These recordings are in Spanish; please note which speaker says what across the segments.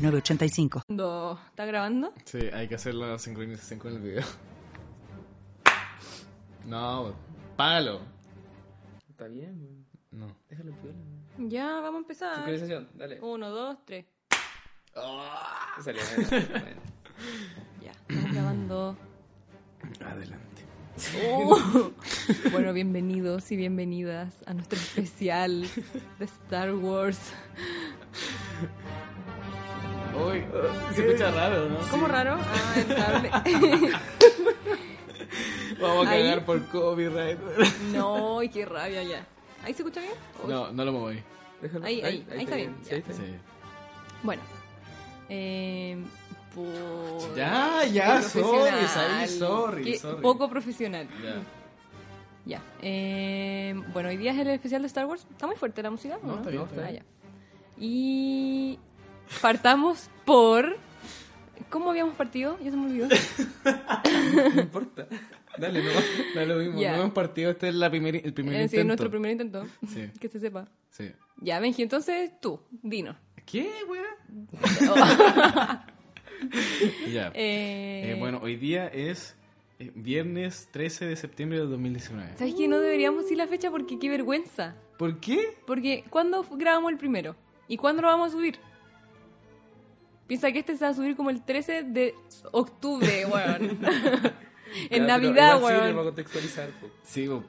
Speaker 1: 985.
Speaker 2: ¿Está grabando?
Speaker 3: Sí, hay que hacer la sincronización con el video. No, palo.
Speaker 4: Está bien, weón.
Speaker 3: No.
Speaker 4: Déjalo piola, weón.
Speaker 2: Ya, vamos a empezar.
Speaker 4: Sincronización, dale.
Speaker 2: Uno, dos, tres. Ah.
Speaker 4: Salió bueno, bueno.
Speaker 2: Ya, estamos grabando.
Speaker 3: Adelante.
Speaker 2: Oh. Bueno, bienvenidos y bienvenidas a nuestro especial de Star Wars.
Speaker 3: Uy, se escucha raro, ¿no?
Speaker 2: ¿Cómo raro? Ah, el cable.
Speaker 3: Vamos a
Speaker 2: Ahí.
Speaker 3: cagar por copyright.
Speaker 2: No, y qué rabia ya. ¿Ahí se escucha bien? Uy.
Speaker 3: No, no lo moví.
Speaker 4: Déjalo.
Speaker 2: Ahí, ahí, ahí está bien,
Speaker 4: Sí,
Speaker 2: ya.
Speaker 4: ahí está bien.
Speaker 3: Sí.
Speaker 2: Bueno. Eh, por-
Speaker 3: Ya, ya,
Speaker 2: Qué
Speaker 3: sorry,
Speaker 2: profesional.
Speaker 3: sorry, sorry.
Speaker 2: Qué
Speaker 3: sorry.
Speaker 2: Poco profesional.
Speaker 3: Ya.
Speaker 2: Ya. eh, bueno, hoy día es el especial de Star Wars. ¿Está muy fuerte la música? o
Speaker 3: No, está bien, está
Speaker 2: Ah,
Speaker 3: bien.
Speaker 2: ya. Y partamos por... ¿Cómo habíamos partido? Ya se me olvidó.
Speaker 4: No importa. Dale, no.
Speaker 3: Da lo mismo,
Speaker 2: Ya.
Speaker 3: no hemos partido, este es la primer, el primer
Speaker 2: Eh, sí,
Speaker 3: intento.
Speaker 2: nuestro primer intento.
Speaker 3: Sí.
Speaker 2: Que se sepa.
Speaker 3: Sí.
Speaker 2: Ya, Benji, entonces tú, dinos.
Speaker 3: ¿Qué, weá? ya.
Speaker 2: Eh,
Speaker 3: Eh, bueno, hoy día es eh, viernes 13 de septiembre del 2019.
Speaker 2: ¿Sabes que no deberíamos ir la fecha porque qué vergüenza?
Speaker 3: ¿Por qué?
Speaker 2: Porque ¿cuándo fu- grabamos el primero? ¿Y cuándo lo vamos a subir? Piensa que este se va a subir como el 13 de octubre, weón. en Navidad,
Speaker 4: Sí,
Speaker 2: weón.
Speaker 4: a contextualizar, po.
Speaker 3: Sí, bo,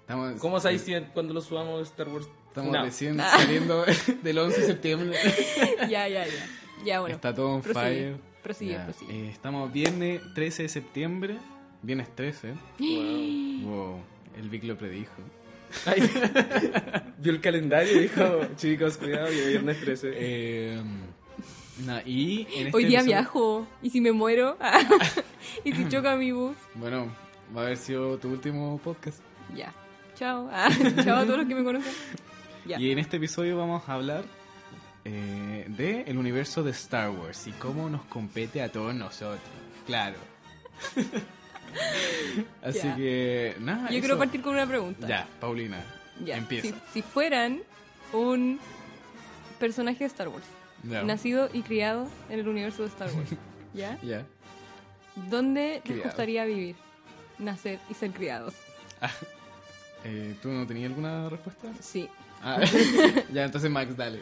Speaker 3: estamos,
Speaker 4: pues. ¿Cómo sabéis si cuando lo subamos Star Wars?
Speaker 3: estamos
Speaker 4: No.
Speaker 3: recién
Speaker 2: Ah.
Speaker 3: saliendo del 11 de septiembre.
Speaker 2: ya, ya, ya. Ya, bueno.
Speaker 3: Está todo en
Speaker 2: prosigue,
Speaker 3: fire.
Speaker 2: prosigue,
Speaker 3: Ya,
Speaker 2: prosigue.
Speaker 3: eh, estamos viernes 13 de septiembre. Viernes 13.
Speaker 4: Wow.
Speaker 3: Wow, el Vic lo predijo.
Speaker 4: Ay, Vio el calendario y dijo, chicos, cuidado, y viernes 13.
Speaker 3: Eh, na, y en este
Speaker 2: Hoy día
Speaker 3: episodio-
Speaker 2: viajo. ¿Y si me muero? ah, ¿Y si choca mi bus?
Speaker 3: Bueno, va a haber sido tu último podcast.
Speaker 2: Ya. Chao. Ah, chao a todos los que me conocen. Ya.
Speaker 3: Y en este episodio vamos a hablar eh, de el universo de Star Wars y cómo nos compete a todos nosotros. Claro. Así
Speaker 2: Ya.
Speaker 3: que nada.
Speaker 2: Yo
Speaker 3: eso.
Speaker 2: quiero partir con una pregunta.
Speaker 3: Ya, Paulina.
Speaker 2: Ya,
Speaker 3: Empieza.
Speaker 2: Si, si fueran un personaje de Star Wars,
Speaker 3: Ya.
Speaker 2: nacido y criado en el universo de Star Wars, ¿ya?
Speaker 3: Ya.
Speaker 2: ¿Dónde les
Speaker 3: Criado.
Speaker 2: gustaría vivir, nacer y ser criados?
Speaker 3: Eh, ¿Tú no tenías alguna respuesta?
Speaker 2: Sí.
Speaker 3: Ah, ya, entonces Max, dale.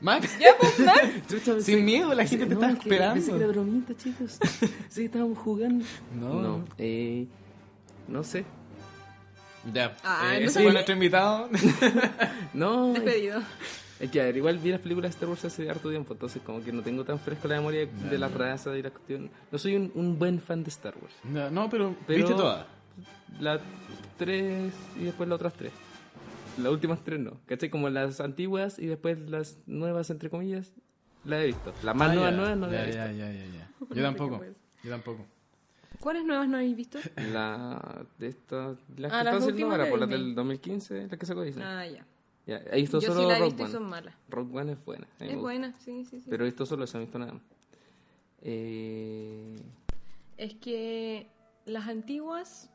Speaker 3: Max,
Speaker 2: pues,
Speaker 4: Chucha,
Speaker 3: sin miedo, la gente te está
Speaker 4: Pensé que era
Speaker 3: esperando.
Speaker 4: bromita, chicos. Sí, estábamos jugando.
Speaker 3: No.
Speaker 4: No, eh, no sé.
Speaker 3: Ya,
Speaker 2: Ah,
Speaker 3: eh,
Speaker 2: no
Speaker 3: ese
Speaker 2: sabía.
Speaker 3: fue nuestro invitado.
Speaker 4: No, es
Speaker 2: Despedido.
Speaker 4: es que a ver, igual vi las películas de Star Wars hace harto tiempo, entonces como que no tengo tan fresca la memoria de la raza y la cuestión. No soy un, un buen fan de Star Wars.
Speaker 3: No, no, pero,
Speaker 4: Pero-
Speaker 3: viste todas.
Speaker 4: Las tres y después las otras tres. Las últimas tres no, ¿cachai? Como las antiguas y después las nuevas, entre comillas, las he visto. Las más
Speaker 3: Ah,
Speaker 4: nuevas,
Speaker 3: ya.
Speaker 4: nuevas no
Speaker 3: ya,
Speaker 4: las he visto.
Speaker 3: ya, ya, ya, ya. Yo tampoco.
Speaker 4: pues.
Speaker 3: Yo tampoco.
Speaker 2: ¿Cuáles nuevas no habéis visto?
Speaker 4: La de esta, la
Speaker 2: Ah,
Speaker 4: que
Speaker 2: las
Speaker 4: están haciendo
Speaker 2: últimas
Speaker 4: ahora,
Speaker 2: de
Speaker 4: por la
Speaker 2: Disney.
Speaker 4: del 2015, la que sacó Disney.
Speaker 2: Ah, ya.
Speaker 4: Ya, he visto
Speaker 2: Yo
Speaker 4: solo
Speaker 2: sí la he
Speaker 4: Rock
Speaker 2: visto y
Speaker 4: One.
Speaker 2: son malas.
Speaker 4: Rock One es buena. a mí me
Speaker 2: Es
Speaker 4: gusta.
Speaker 2: buena, sí, sí, sí.
Speaker 4: Pero he visto solo eso, no he visto nada más. Eh,
Speaker 2: Es que las antiguas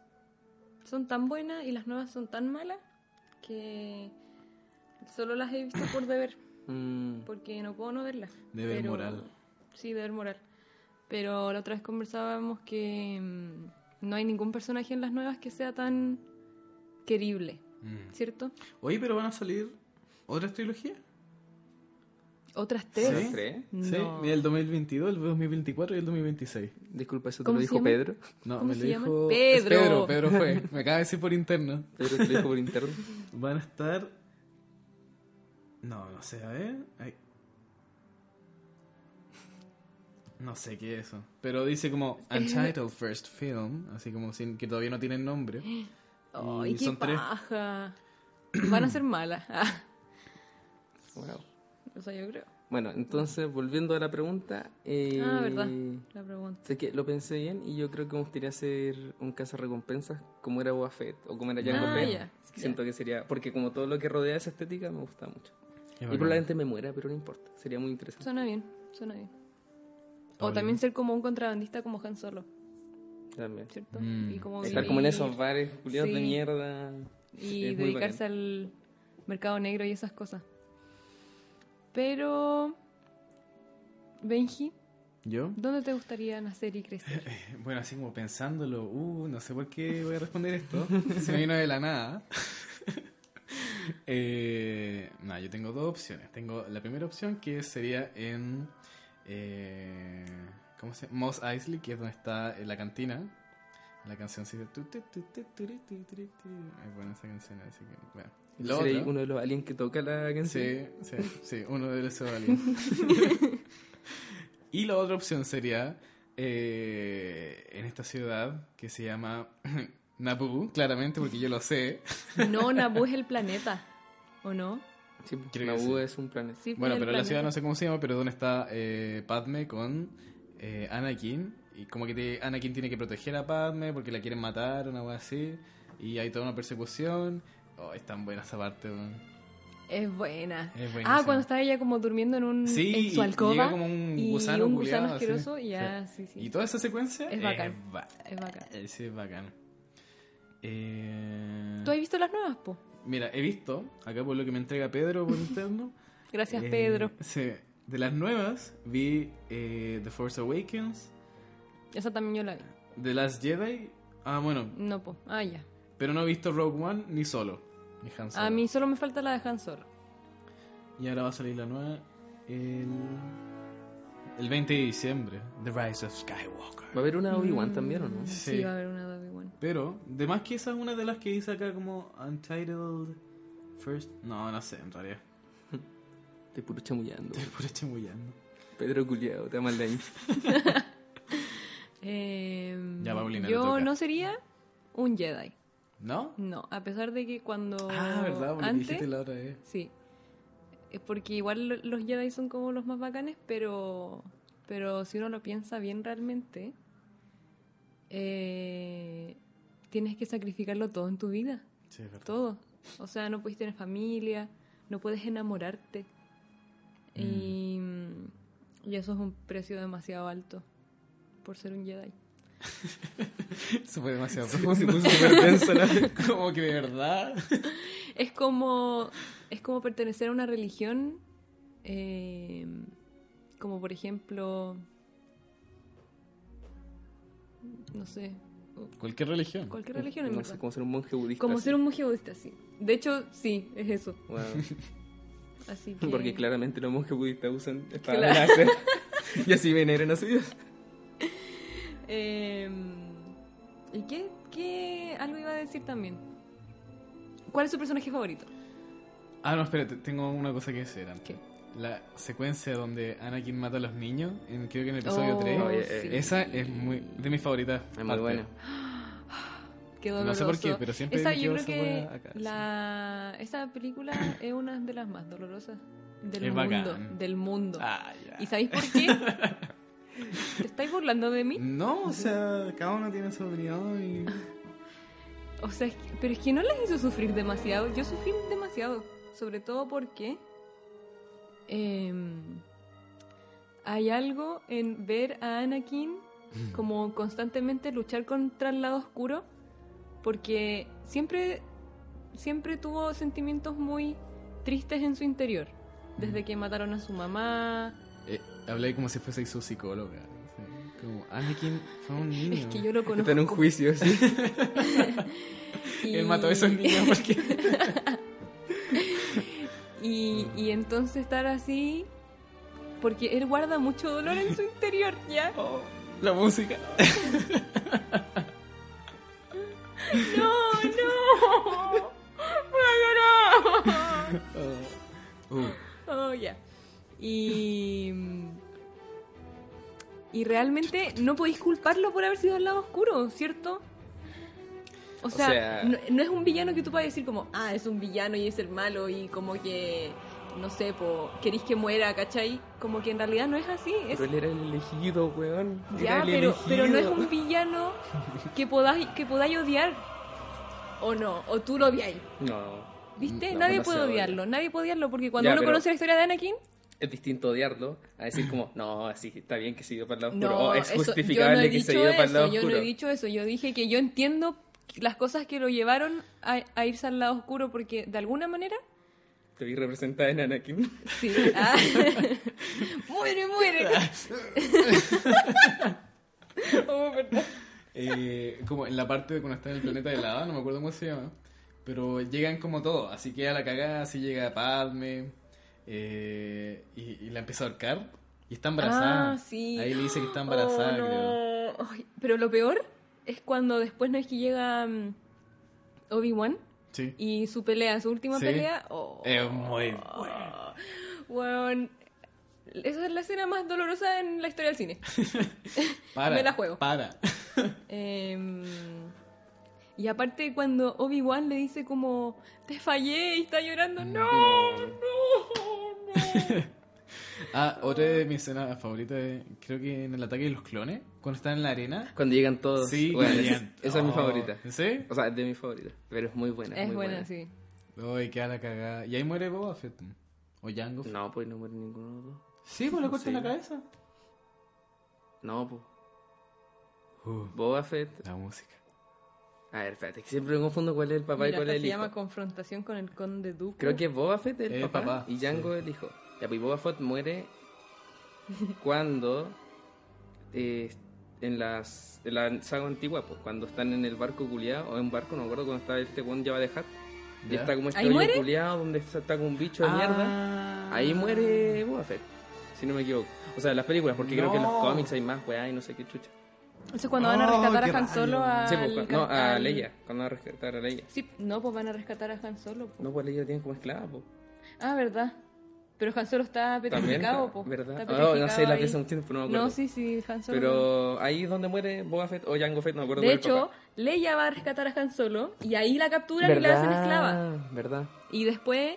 Speaker 2: son tan buenas y las nuevas son tan malas que solo las he visto por deber.
Speaker 4: mm,
Speaker 2: porque no puedo no verla.
Speaker 3: Deber moral.
Speaker 2: Sí, deber moral. Pero la otra vez conversábamos que mm, no hay ningún personaje en las nuevas que sea tan querible, ¿cierto?
Speaker 3: Mm. Oye, pero van a salir otras trilogías.
Speaker 2: Otras
Speaker 4: ¿las
Speaker 2: tres.
Speaker 3: Sí.
Speaker 4: tres?
Speaker 3: Sí,
Speaker 2: No.
Speaker 3: mira, el 2022, el 2024 y el 2026.
Speaker 4: Disculpa, eso te
Speaker 2: ¿Cómo
Speaker 4: lo
Speaker 2: se
Speaker 4: dijo
Speaker 2: llama?
Speaker 4: Pedro.
Speaker 3: No,
Speaker 2: ¿Cómo
Speaker 3: me
Speaker 2: se
Speaker 3: lo
Speaker 2: llaman?
Speaker 3: dijo.
Speaker 2: Pedro.
Speaker 3: Es Pedro, Pedro fue. Me acaba de decir por interno.
Speaker 4: Pedro te lo dijo por interno.
Speaker 3: Van a estar. No, no sé, a ver. Ay. No sé qué es eso. Pero dice como
Speaker 4: Eh.
Speaker 3: Untitled First Film, así como sin, que todavía no tienen nombre.
Speaker 2: Ay,
Speaker 3: Y
Speaker 2: qué
Speaker 3: son tres.
Speaker 2: paja. Van a ser malas. Ah.
Speaker 4: Wow.
Speaker 2: O sea, yo creo.
Speaker 4: Bueno, entonces, volviendo a la pregunta. eh,
Speaker 2: Ah, verdad. La pregunta.
Speaker 4: Sé que lo pensé bien y yo creo que me gustaría hacer un caso recompensas como era Boba Fett o como era Jango
Speaker 2: Ah,
Speaker 4: Fett.
Speaker 2: ya.
Speaker 4: Siento que sería. Porque como todo lo que rodea esa estética me gusta mucho. Y probablemente me muera, pero no importa. Sería muy interesante.
Speaker 2: Suena bien, suena bien. O
Speaker 3: Ole.
Speaker 2: también ser como un contrabandista como Han Solo,
Speaker 4: También.
Speaker 2: ¿cierto?
Speaker 3: Mm.
Speaker 2: Y como
Speaker 4: Estar
Speaker 2: vivir
Speaker 4: como en esos bares culiados de
Speaker 2: Sí.
Speaker 4: mierda.
Speaker 2: y
Speaker 4: es muy
Speaker 2: dedicarse al mercado negro y esas cosas. Pero Benji,
Speaker 3: ¿Yo?
Speaker 2: ¿dónde te gustaría nacer y crecer?
Speaker 3: Bueno, así como pensándolo, uh, no sé por qué voy a responder esto. Se me vino de la nada. eh, no, yo tengo dos opciones. Tengo la primera opción que sería en. eh, ¿Cómo se llama? Moss Eisley, que es donde está la cantina. La canción así de. tu, tu, tu, tu, tu, tu, tu, tu, tu. Es buena esa canción, así que. Bueno. Lo
Speaker 4: Sería
Speaker 3: otro-
Speaker 4: uno de los aliens que toca la canción.
Speaker 3: Sí, sí, sí, uno de esos aliens. y la otra opción sería eh, en esta ciudad que se llama Naboo, claramente porque yo lo sé.
Speaker 2: No, Naboo es el planeta, ¿o no?
Speaker 4: Sí, pues,
Speaker 3: Creo que
Speaker 4: Naboo
Speaker 3: sí.
Speaker 4: es un planeta.
Speaker 2: Sí,
Speaker 3: Bueno,
Speaker 2: es el
Speaker 3: pero la ciudad no
Speaker 2: planeta.
Speaker 3: sé cómo se llama, pero donde está eh, Padme con eh, Anakin. Y como que te- Anakin tiene que proteger a Padme porque la quieren matar, una cosa así. Y hay toda una persecución. Oh, es tan buena esa parte. weón.
Speaker 2: Es buena.
Speaker 3: Es buenísima.
Speaker 2: ah, cuando estaba ella como durmiendo en un
Speaker 3: Sí,
Speaker 2: en su
Speaker 3: y
Speaker 2: alcoba
Speaker 3: llega como un
Speaker 2: y
Speaker 3: gusano
Speaker 2: un
Speaker 3: culiao,
Speaker 2: gusano
Speaker 3: así.
Speaker 2: asqueroso y ya, sí, sí.
Speaker 3: Y toda esa secuencia
Speaker 2: Es bacán.
Speaker 3: ba-
Speaker 2: Es bacán.
Speaker 3: Eh, Sí, es bacán. Eh,
Speaker 2: ¿Tú has visto las nuevas, po?
Speaker 3: Mira, he visto, acá por lo que me entrega Pedro por interno.
Speaker 2: Gracias,
Speaker 3: eh,
Speaker 2: Pedro.
Speaker 3: Sí, de las nuevas vi eh, The Force Awakens,
Speaker 2: Esa también yo la vi.
Speaker 3: The Last Jedi. Ah, bueno,
Speaker 2: No, po. Ah, ya.
Speaker 3: pero no he visto Rogue One ni solo. Ni Han Solo.
Speaker 2: A mí solo me falta la de Han Solo.
Speaker 3: Y ahora va a salir la nueva el, el 20 de diciembre: The Rise of Skywalker.
Speaker 4: ¿Va a haber una Obi-Wan también o no?
Speaker 2: Mm, Sí.
Speaker 3: Sí.
Speaker 2: va a haber una de Obi-Wan.
Speaker 3: Pero, de más que esa es una de las que dice acá como Untitled First. No, no sé, en realidad.
Speaker 4: Te puro chamullando.
Speaker 3: Por chamullando.
Speaker 4: Pedro Culeado, te ama el daño.
Speaker 2: Eh,
Speaker 3: Ya, Paulina, te
Speaker 2: yo
Speaker 3: toca.
Speaker 2: no sería un Jedi.
Speaker 3: ¿No?
Speaker 2: No, a pesar de que cuando.
Speaker 3: Ah, verdad, porque
Speaker 2: antes,
Speaker 3: dijiste la otra vez.
Speaker 2: Sí. Es porque igual lo- los Jedi son como los más bacanes, pero. Pero si uno lo piensa bien realmente. eh, tienes que sacrificarlo todo en tu vida.
Speaker 3: Sí, es verdad.
Speaker 2: todo. O sea, no puedes tener familia, no puedes enamorarte.
Speaker 3: Mm.
Speaker 2: Y, y eso es un precio demasiado alto por ser un Jedi.
Speaker 3: Se fue demasiado profundo. Se puso súper denso, ¿no? Como que de verdad.
Speaker 2: Es como, es como pertenecer a una religión, eh, como por ejemplo, no sé,
Speaker 3: Cualquier religión.
Speaker 2: cualquier religión en
Speaker 4: No
Speaker 2: verdad.
Speaker 4: sé, como ser un monje budista.
Speaker 2: Como
Speaker 4: así.
Speaker 2: ser un monje budista, sí. De hecho, sí, es eso.
Speaker 4: Wow.
Speaker 2: Así que...
Speaker 4: Porque claramente los monjes budistas usan espadas
Speaker 2: Claro.
Speaker 4: láser y así veneran a su dios.
Speaker 2: Eh, ¿Y qué, qué algo iba a decir también? ¿Cuál es su personaje favorito?
Speaker 3: Ah, no, espérate, tengo una cosa que decir
Speaker 2: ¿Qué?
Speaker 3: antes. La secuencia donde Anakin mata a los niños, en, creo que en el episodio
Speaker 2: Oh,
Speaker 3: 3.
Speaker 4: Oye,
Speaker 2: sí.
Speaker 3: Esa es muy de mis favoritas.
Speaker 4: Es muy
Speaker 3: Parte.
Speaker 4: bueno.
Speaker 2: Qué
Speaker 3: no sé
Speaker 2: doloroso.
Speaker 3: por qué, pero siempre
Speaker 2: Esa,
Speaker 3: me
Speaker 2: yo
Speaker 3: quedó
Speaker 2: creo
Speaker 3: esa
Speaker 2: que
Speaker 3: wea acá,
Speaker 2: la, esa película es una de las más dolorosas del
Speaker 3: Es
Speaker 2: mundo.
Speaker 3: bacán.
Speaker 2: Del mundo.
Speaker 3: Ah, ya.
Speaker 2: ¿Y sabéis por qué? ¿Te estáis burlando de mí?
Speaker 3: No, o sea, cada uno tiene su opinión y.
Speaker 2: O sea, es que- pero es que no las hizo sufrir demasiado. Yo sufrí demasiado. Sobre todo porque em, hay algo en ver a Anakin como constantemente luchar contra el lado oscuro. Porque siempre, siempre tuvo sentimientos muy tristes en su interior. Desde que mataron a su mamá.
Speaker 3: Eh, hablé como si fuese su psicóloga. sí. Como, Anakin fue un niño.
Speaker 2: Es que yo lo
Speaker 4: Está en un
Speaker 2: conozco.
Speaker 4: juicio así.
Speaker 2: y-
Speaker 3: Él mató a esos niños porque.
Speaker 2: Y, y entonces estar así, porque él guarda mucho dolor en su interior, ¿ya?
Speaker 3: Oh, la música.
Speaker 2: ¡No, no!
Speaker 4: Uh.
Speaker 2: ¡Voy a llorar!
Speaker 3: Uh,
Speaker 2: Oh, ya. Y... Y realmente no podéis culparlo por haber sido al lado oscuro, ¿cierto? O sea,
Speaker 4: sea-
Speaker 2: No, no es un villano que tú puedas decir como, ah, es un villano y es el malo y como que no sé, po, queréis que muera, ¿cachai? Como que en realidad no es así. Es,
Speaker 4: Pero él era el elegido, weón.
Speaker 2: ya,
Speaker 4: Era el
Speaker 2: pero, pero no es
Speaker 4: elegido.
Speaker 2: un villano que podáis, que podáis odiar. O no, o tú lo odiáis.
Speaker 4: No.
Speaker 2: ¿Viste?
Speaker 4: No,
Speaker 2: nadie
Speaker 4: demasiado
Speaker 2: puede odiarlo, nadie puede odiarlo, porque cuando
Speaker 4: Ya,
Speaker 2: uno
Speaker 4: pero-
Speaker 2: conoce la historia de Anakin,
Speaker 4: Es distinto odiarlo a decir como, no, sí, está bien que se dio para el lado oscuro.
Speaker 2: no,
Speaker 4: o es
Speaker 2: eso-
Speaker 4: justificable
Speaker 2: yo no he
Speaker 4: que se
Speaker 2: dicho
Speaker 4: dio para el
Speaker 2: eso,
Speaker 4: lado
Speaker 2: yo
Speaker 4: oscuro.
Speaker 2: no he dicho eso, yo dije que yo entiendo las cosas que lo llevaron a, a irse al lado oscuro, porque de alguna manera,
Speaker 4: Te vi representada en Anakin.
Speaker 2: sí, ah, muere, muere. Oh, perdón.
Speaker 3: Eh, como en la parte de cuando está en el planeta de helado, no me acuerdo cómo se llama, pero llegan como todos, así que a la cagada, así llega Padme eh, y, y la empieza a ahorcar y está embarazada.
Speaker 2: Ah, sí.
Speaker 3: Ahí le dice que está embarazada,
Speaker 2: Oh, no.
Speaker 3: creo.
Speaker 2: Ay, pero lo peor es cuando después no es que llega mm, Obi-Wan
Speaker 3: Sí.
Speaker 2: y su pelea, su última
Speaker 3: Sí.
Speaker 2: pelea. Oh,
Speaker 4: Eh,
Speaker 3: Es muy
Speaker 2: weón. esa es la escena más dolorosa en la historia del cine.
Speaker 3: Para.
Speaker 2: Me la juego.
Speaker 3: Para.
Speaker 2: Em, y aparte cuando Obi-Wan le dice como, te fallé y está llorando, no,
Speaker 4: Mm, No.
Speaker 2: no, no.
Speaker 3: Ah, otra de mis escenas favoritas, eh, creo que en el ataque de los clones, cuando están en la arena.
Speaker 4: Cuando llegan todos.
Speaker 3: Sí,
Speaker 4: weón,
Speaker 3: cuando
Speaker 4: es-
Speaker 3: llegan-
Speaker 4: Esa es mi
Speaker 3: Oh,
Speaker 4: favorita.
Speaker 3: ¿Sí?
Speaker 4: O sea, es de mis favoritas. Pero es muy buena.
Speaker 2: es
Speaker 4: muy
Speaker 2: buena,
Speaker 4: buena,
Speaker 2: sí.
Speaker 3: Uy, queda la cagada. Y ahí muere Boba Fett. ¿no? O Jango. Fett.
Speaker 4: No, pues no muere ninguno de los dos.
Speaker 3: Sí, pues le cortan
Speaker 4: Sí.
Speaker 3: la cabeza.
Speaker 4: No, pues.
Speaker 3: Uh,
Speaker 4: Boba Fett.
Speaker 3: la música.
Speaker 4: A ver, espérate, que siempre me confundo cuál es el papá y
Speaker 2: Mira,
Speaker 4: cuál
Speaker 2: acá
Speaker 4: es
Speaker 2: se
Speaker 4: el hijo.
Speaker 2: llama confrontación con el conde Dooku.
Speaker 4: Creo que Boba Fett es el
Speaker 3: Eh,
Speaker 4: papá,
Speaker 3: papá,
Speaker 4: y Django el hijo. Ya, pues Boba Fett muere cuando eh, en, las, en la saga antigua, pues, cuando están en el barco culiado, o en un barco, no me acuerdo, cuando está este weón ya va a dejar. Y
Speaker 3: Ya.
Speaker 4: está como
Speaker 2: ¿Ahí
Speaker 4: este hoyo
Speaker 2: muere? Ah.
Speaker 4: culiado donde está está como un bicho de mierda.
Speaker 3: Ah.
Speaker 4: Ahí muere Boba Fett, si no me equivoco. O sea, en las películas, porque creo que en los
Speaker 3: No.
Speaker 4: cómics hay más weá y no sé qué chucha.
Speaker 2: Entonces cuando van a
Speaker 3: Oh,
Speaker 2: rescatar
Speaker 3: qué
Speaker 2: a Han Solo
Speaker 3: raro.
Speaker 2: al,
Speaker 4: Sí, pues, cu- no, a
Speaker 2: al-
Speaker 4: Leia, cuando va a rescatar a Leia.
Speaker 2: Sí, no, pues van a rescatar a Han Solo. po.
Speaker 4: No, pues Leia la tienen como esclava, pues.
Speaker 2: Ah, verdad. Pero Han Solo está
Speaker 4: También,
Speaker 2: petrificado,
Speaker 4: está-
Speaker 2: po. Está
Speaker 4: ¿verdad? Ah, no sé,
Speaker 2: petrificado
Speaker 4: la
Speaker 2: ahí.
Speaker 4: vi hace un tiempo, no me acuerdo.
Speaker 2: No, sí, sí, Han Solo.
Speaker 4: Pero ahí es donde muere Boba Fett o Jango Fett, no me acuerdo.
Speaker 2: De
Speaker 4: cuál es el
Speaker 2: hecho,
Speaker 4: papá.
Speaker 2: Leia va a rescatar a Han Solo y ahí la capturan y la hacen esclava.
Speaker 4: ¿Verdad?
Speaker 2: Y después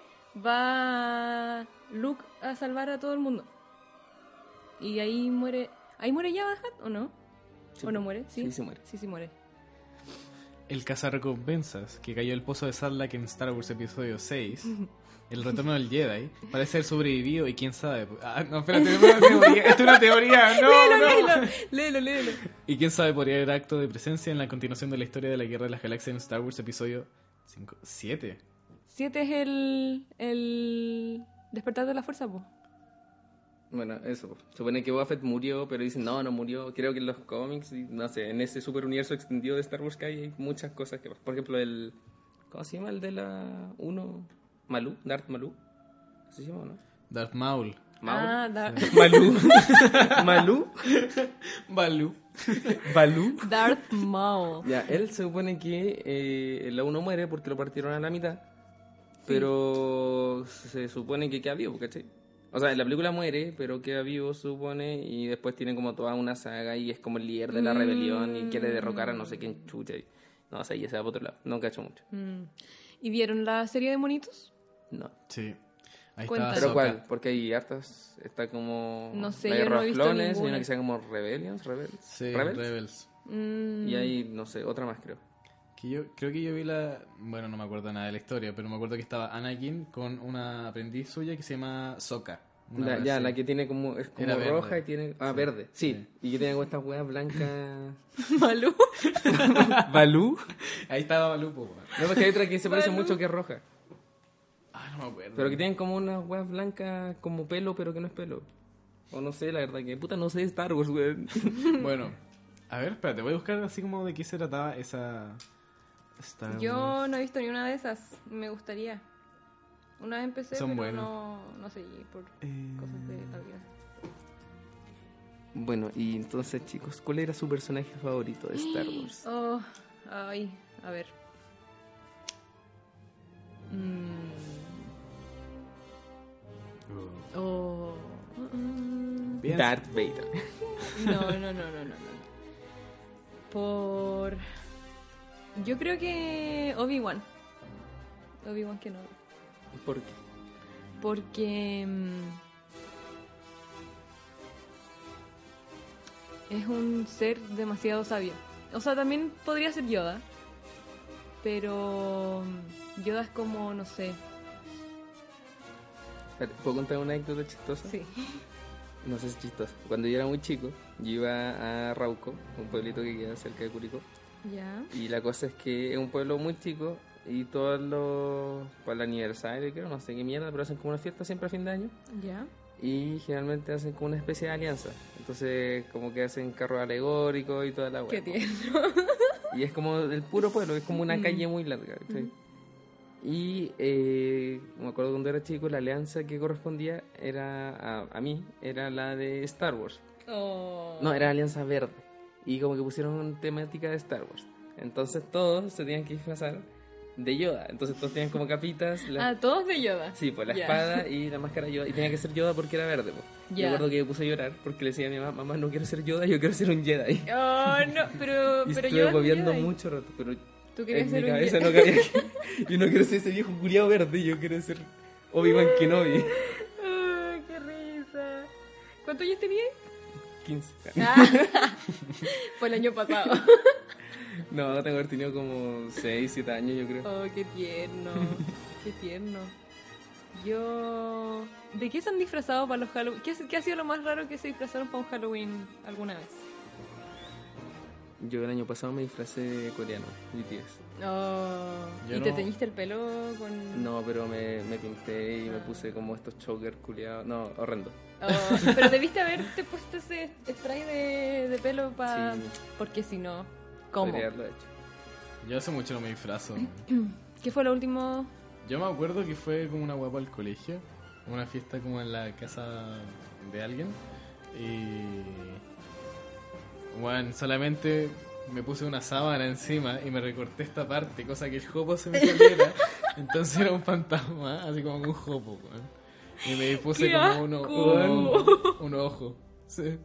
Speaker 2: va Luke a salvar a todo el mundo. Y ahí muere... ¿Ahí muere Jabba the Hutt o no?
Speaker 4: Sí.
Speaker 2: ¿O no muere? Sí,
Speaker 4: Sí, sí muere.
Speaker 2: Sí, sí muere.
Speaker 3: El cazarrecompensas que cayó el pozo de Sarlacc en Star Wars Episodio 6. El retorno del Jedi. Parece haber sobrevivido y quién sabe. Ah, no, espérate, es una teoría. Esto es una teoría. No, no.
Speaker 2: Léelo, léelo, léelo, léelo.
Speaker 3: Y quién sabe, podría haber acto de presencia en la continuación de la historia de la Guerra de las Galaxias en Star Wars Episodio 5, 7.
Speaker 2: Siete es el, el despertar de la fuerza, po.
Speaker 4: Bueno, eso. Supone que Boba Fett murió, pero dicen, no, no murió. Creo que en los cómics, y no sé, en ese super universo extendido de Star Wars que hay, hay muchas cosas que pasan. Por ejemplo, el... ¿Cómo se llama el de la 1? Malú, Darth Malú. ¿Así se llama o no?
Speaker 3: Darth Maul.
Speaker 4: Maul.
Speaker 2: Ah, Dar-
Speaker 4: Malú. Malú.
Speaker 3: Balu.
Speaker 4: Balú.
Speaker 2: Darth Maul.
Speaker 4: Ya, él se supone que eh, la uno muere porque lo partieron a la mitad. Pero se supone que queda vivo, ¿cachai? O sea, en la película muere, pero queda vivo, supone, y después tiene como toda una saga y es como el líder de la
Speaker 2: Mm.
Speaker 4: rebelión y quiere derrocar a no sé quién chucha. y- No, o sea, ya se va para otro lado. No cacho mucho.
Speaker 2: Mm. ¿Y vieron la serie de monitos?
Speaker 4: No.
Speaker 3: Sí. Ahí
Speaker 2: Cuéntame.
Speaker 3: está.
Speaker 4: ¿Pero
Speaker 2: Ahsoka.
Speaker 4: cuál? Porque hay hartas. Está como.
Speaker 2: Ah, No sé,
Speaker 4: la
Speaker 2: yo
Speaker 4: Guerra
Speaker 2: no he
Speaker 4: de los
Speaker 2: visto
Speaker 4: clones, y
Speaker 2: ninguna.
Speaker 4: una que sea como Rebellions, Rebels.
Speaker 3: Sí,
Speaker 4: Rebels.
Speaker 3: Rebels.
Speaker 2: Mm.
Speaker 4: Y hay, no sé, otra más creo.
Speaker 3: Que yo, creo que yo vi la. Bueno, no me acuerdo nada de la historia, pero me acuerdo que estaba Anakin con una aprendiz suya que se llama Sokka. Una
Speaker 4: La-
Speaker 3: wea
Speaker 4: ya,
Speaker 3: así.
Speaker 4: la que tiene como, es como
Speaker 3: Era verde.
Speaker 4: roja y tiene... Ah,
Speaker 3: Sí,
Speaker 4: verde, sí.
Speaker 3: sí.
Speaker 4: Y que tiene como estas weas blancas...
Speaker 2: Malú.
Speaker 4: Ah, ¿Balú?
Speaker 3: Ahí estaba Lupo, weón.
Speaker 4: No, porque hay otra que se parece
Speaker 2: Balú.
Speaker 4: mucho que es roja.
Speaker 3: Ah, no me acuerdo.
Speaker 4: Pero que tienen como unas weas blancas como pelo, pero que no es pelo. O no sé, la verdad que... Puta, no sé de Star Wars, weón.
Speaker 3: Bueno, a ver, espérate, voy a buscar así como de qué se trataba esa. Star
Speaker 2: Yo
Speaker 3: Wars.
Speaker 2: no he visto ni una de esas. Me gustaría. Una vez empecé,
Speaker 3: Son
Speaker 2: pero
Speaker 3: buenas.
Speaker 2: no, no seguí por
Speaker 3: Eh,
Speaker 2: cosas de la vida.
Speaker 4: bueno, y entonces, chicos, ¿cuál era su personaje favorito de Star Wars?
Speaker 2: Oh, ay, a ver. Mm.
Speaker 3: Uh,
Speaker 2: Oh. Mm.
Speaker 3: bien.
Speaker 4: Darth Vader.
Speaker 2: No, no, no, no, no, no. Por. Yo creo que Obi-Wan. Obi-Wan que no.
Speaker 4: ¿Por qué?
Speaker 2: Porque mm, es un ser demasiado sabio. O sea, también podría ser Yoda. Pero mm, Yoda es como, no sé,
Speaker 4: Espérate, ¿Puedo contar una anécdota chistosa?
Speaker 2: sí.
Speaker 4: No sé si es chistosa. Cuando yo era muy chico, yo iba a Rauco, un pueblito que queda cerca de Curicó.
Speaker 2: Ya.
Speaker 4: Y la cosa es que es un pueblo muy chico y todos los. para el aniversario, creo, no sé qué mierda, pero hacen como una fiesta siempre a fin de año.
Speaker 2: Ya.
Speaker 4: Y generalmente hacen como una especie de alianza. Entonces, como que hacen carros alegóricos y toda la
Speaker 2: Qué
Speaker 4: hueá.
Speaker 2: tierno.
Speaker 4: Y es como el puro pueblo, es como una
Speaker 2: Mm.
Speaker 4: calle muy larga. ¿cachai? Y eh, me acuerdo cuando era chico, la alianza que correspondía era a, a mí, era la de Star Wars.
Speaker 2: Oh.
Speaker 4: No, era Alianza Verde. Y como que pusieron temática de Star Wars. Entonces todos se tenían que disfrazar de Yoda. Entonces todos tenían como capitas. La...
Speaker 2: Ah, todos de Yoda.
Speaker 4: Sí, pues la
Speaker 2: Ya.
Speaker 4: espada y la máscara de Yoda. Y tenía que ser Yoda porque era verde. Pues. Yo
Speaker 2: Ya.
Speaker 4: recuerdo que me puse a llorar porque le decía a mi mamá, mamá, no quiero ser Yoda, yo quiero ser un Jedi.
Speaker 2: Oh, no, pero,
Speaker 4: Y
Speaker 2: pero
Speaker 4: estuve
Speaker 2: Yoda es un
Speaker 4: gobiando
Speaker 2: Jedi.
Speaker 4: mucho rato, pero
Speaker 2: Tú querías
Speaker 4: en mi
Speaker 2: ser un
Speaker 4: cabeza
Speaker 2: Jedi.
Speaker 4: no cabía que- Yo no quiero ser ese viejo culiado verde, yo quiero ser Obi-Wan Kenobi.
Speaker 2: Ay, qué risa. ¿Cuántos años tenía?
Speaker 4: 15.
Speaker 2: Ah. Fue el año pasado.
Speaker 4: No, tengo que haber tenido como 6, 7 años yo creo.
Speaker 2: Oh, qué tierno. Qué tierno. Yo. ¿De qué se han disfrazado para los Halloween? ¿Qué, qué ha sido lo más raro que se disfrazaron para un Halloween alguna vez?
Speaker 4: Yo el año pasado me disfracé de coreano, BTS.
Speaker 2: Oh,
Speaker 3: Yo
Speaker 2: ¿Y te
Speaker 3: no.
Speaker 2: teñiste el pelo con.?
Speaker 4: No, pero me, me pinté y me puse como estos chokers culiados. No, horrendo.
Speaker 2: Oh, pero debiste haberte puesto ese spray de, de pelo para.
Speaker 4: Sí.
Speaker 2: Porque si no. ¿Cómo?
Speaker 4: Podría haberlo hecho.
Speaker 3: Yo hace mucho no me disfrazo.
Speaker 2: ¿Qué fue lo último?
Speaker 3: Yo me acuerdo que fue como una guapa al colegio, una fiesta como en la casa de alguien. Y. Bueno, solamente me puse una sábana encima y me recorté esta parte, cosa que el jopo se me saliera. Entonces era un fantasma, así como un jopo, weón. Y me puse
Speaker 2: ¡Qué
Speaker 3: como uno,
Speaker 2: asco!
Speaker 3: uno- un ojo. Sí,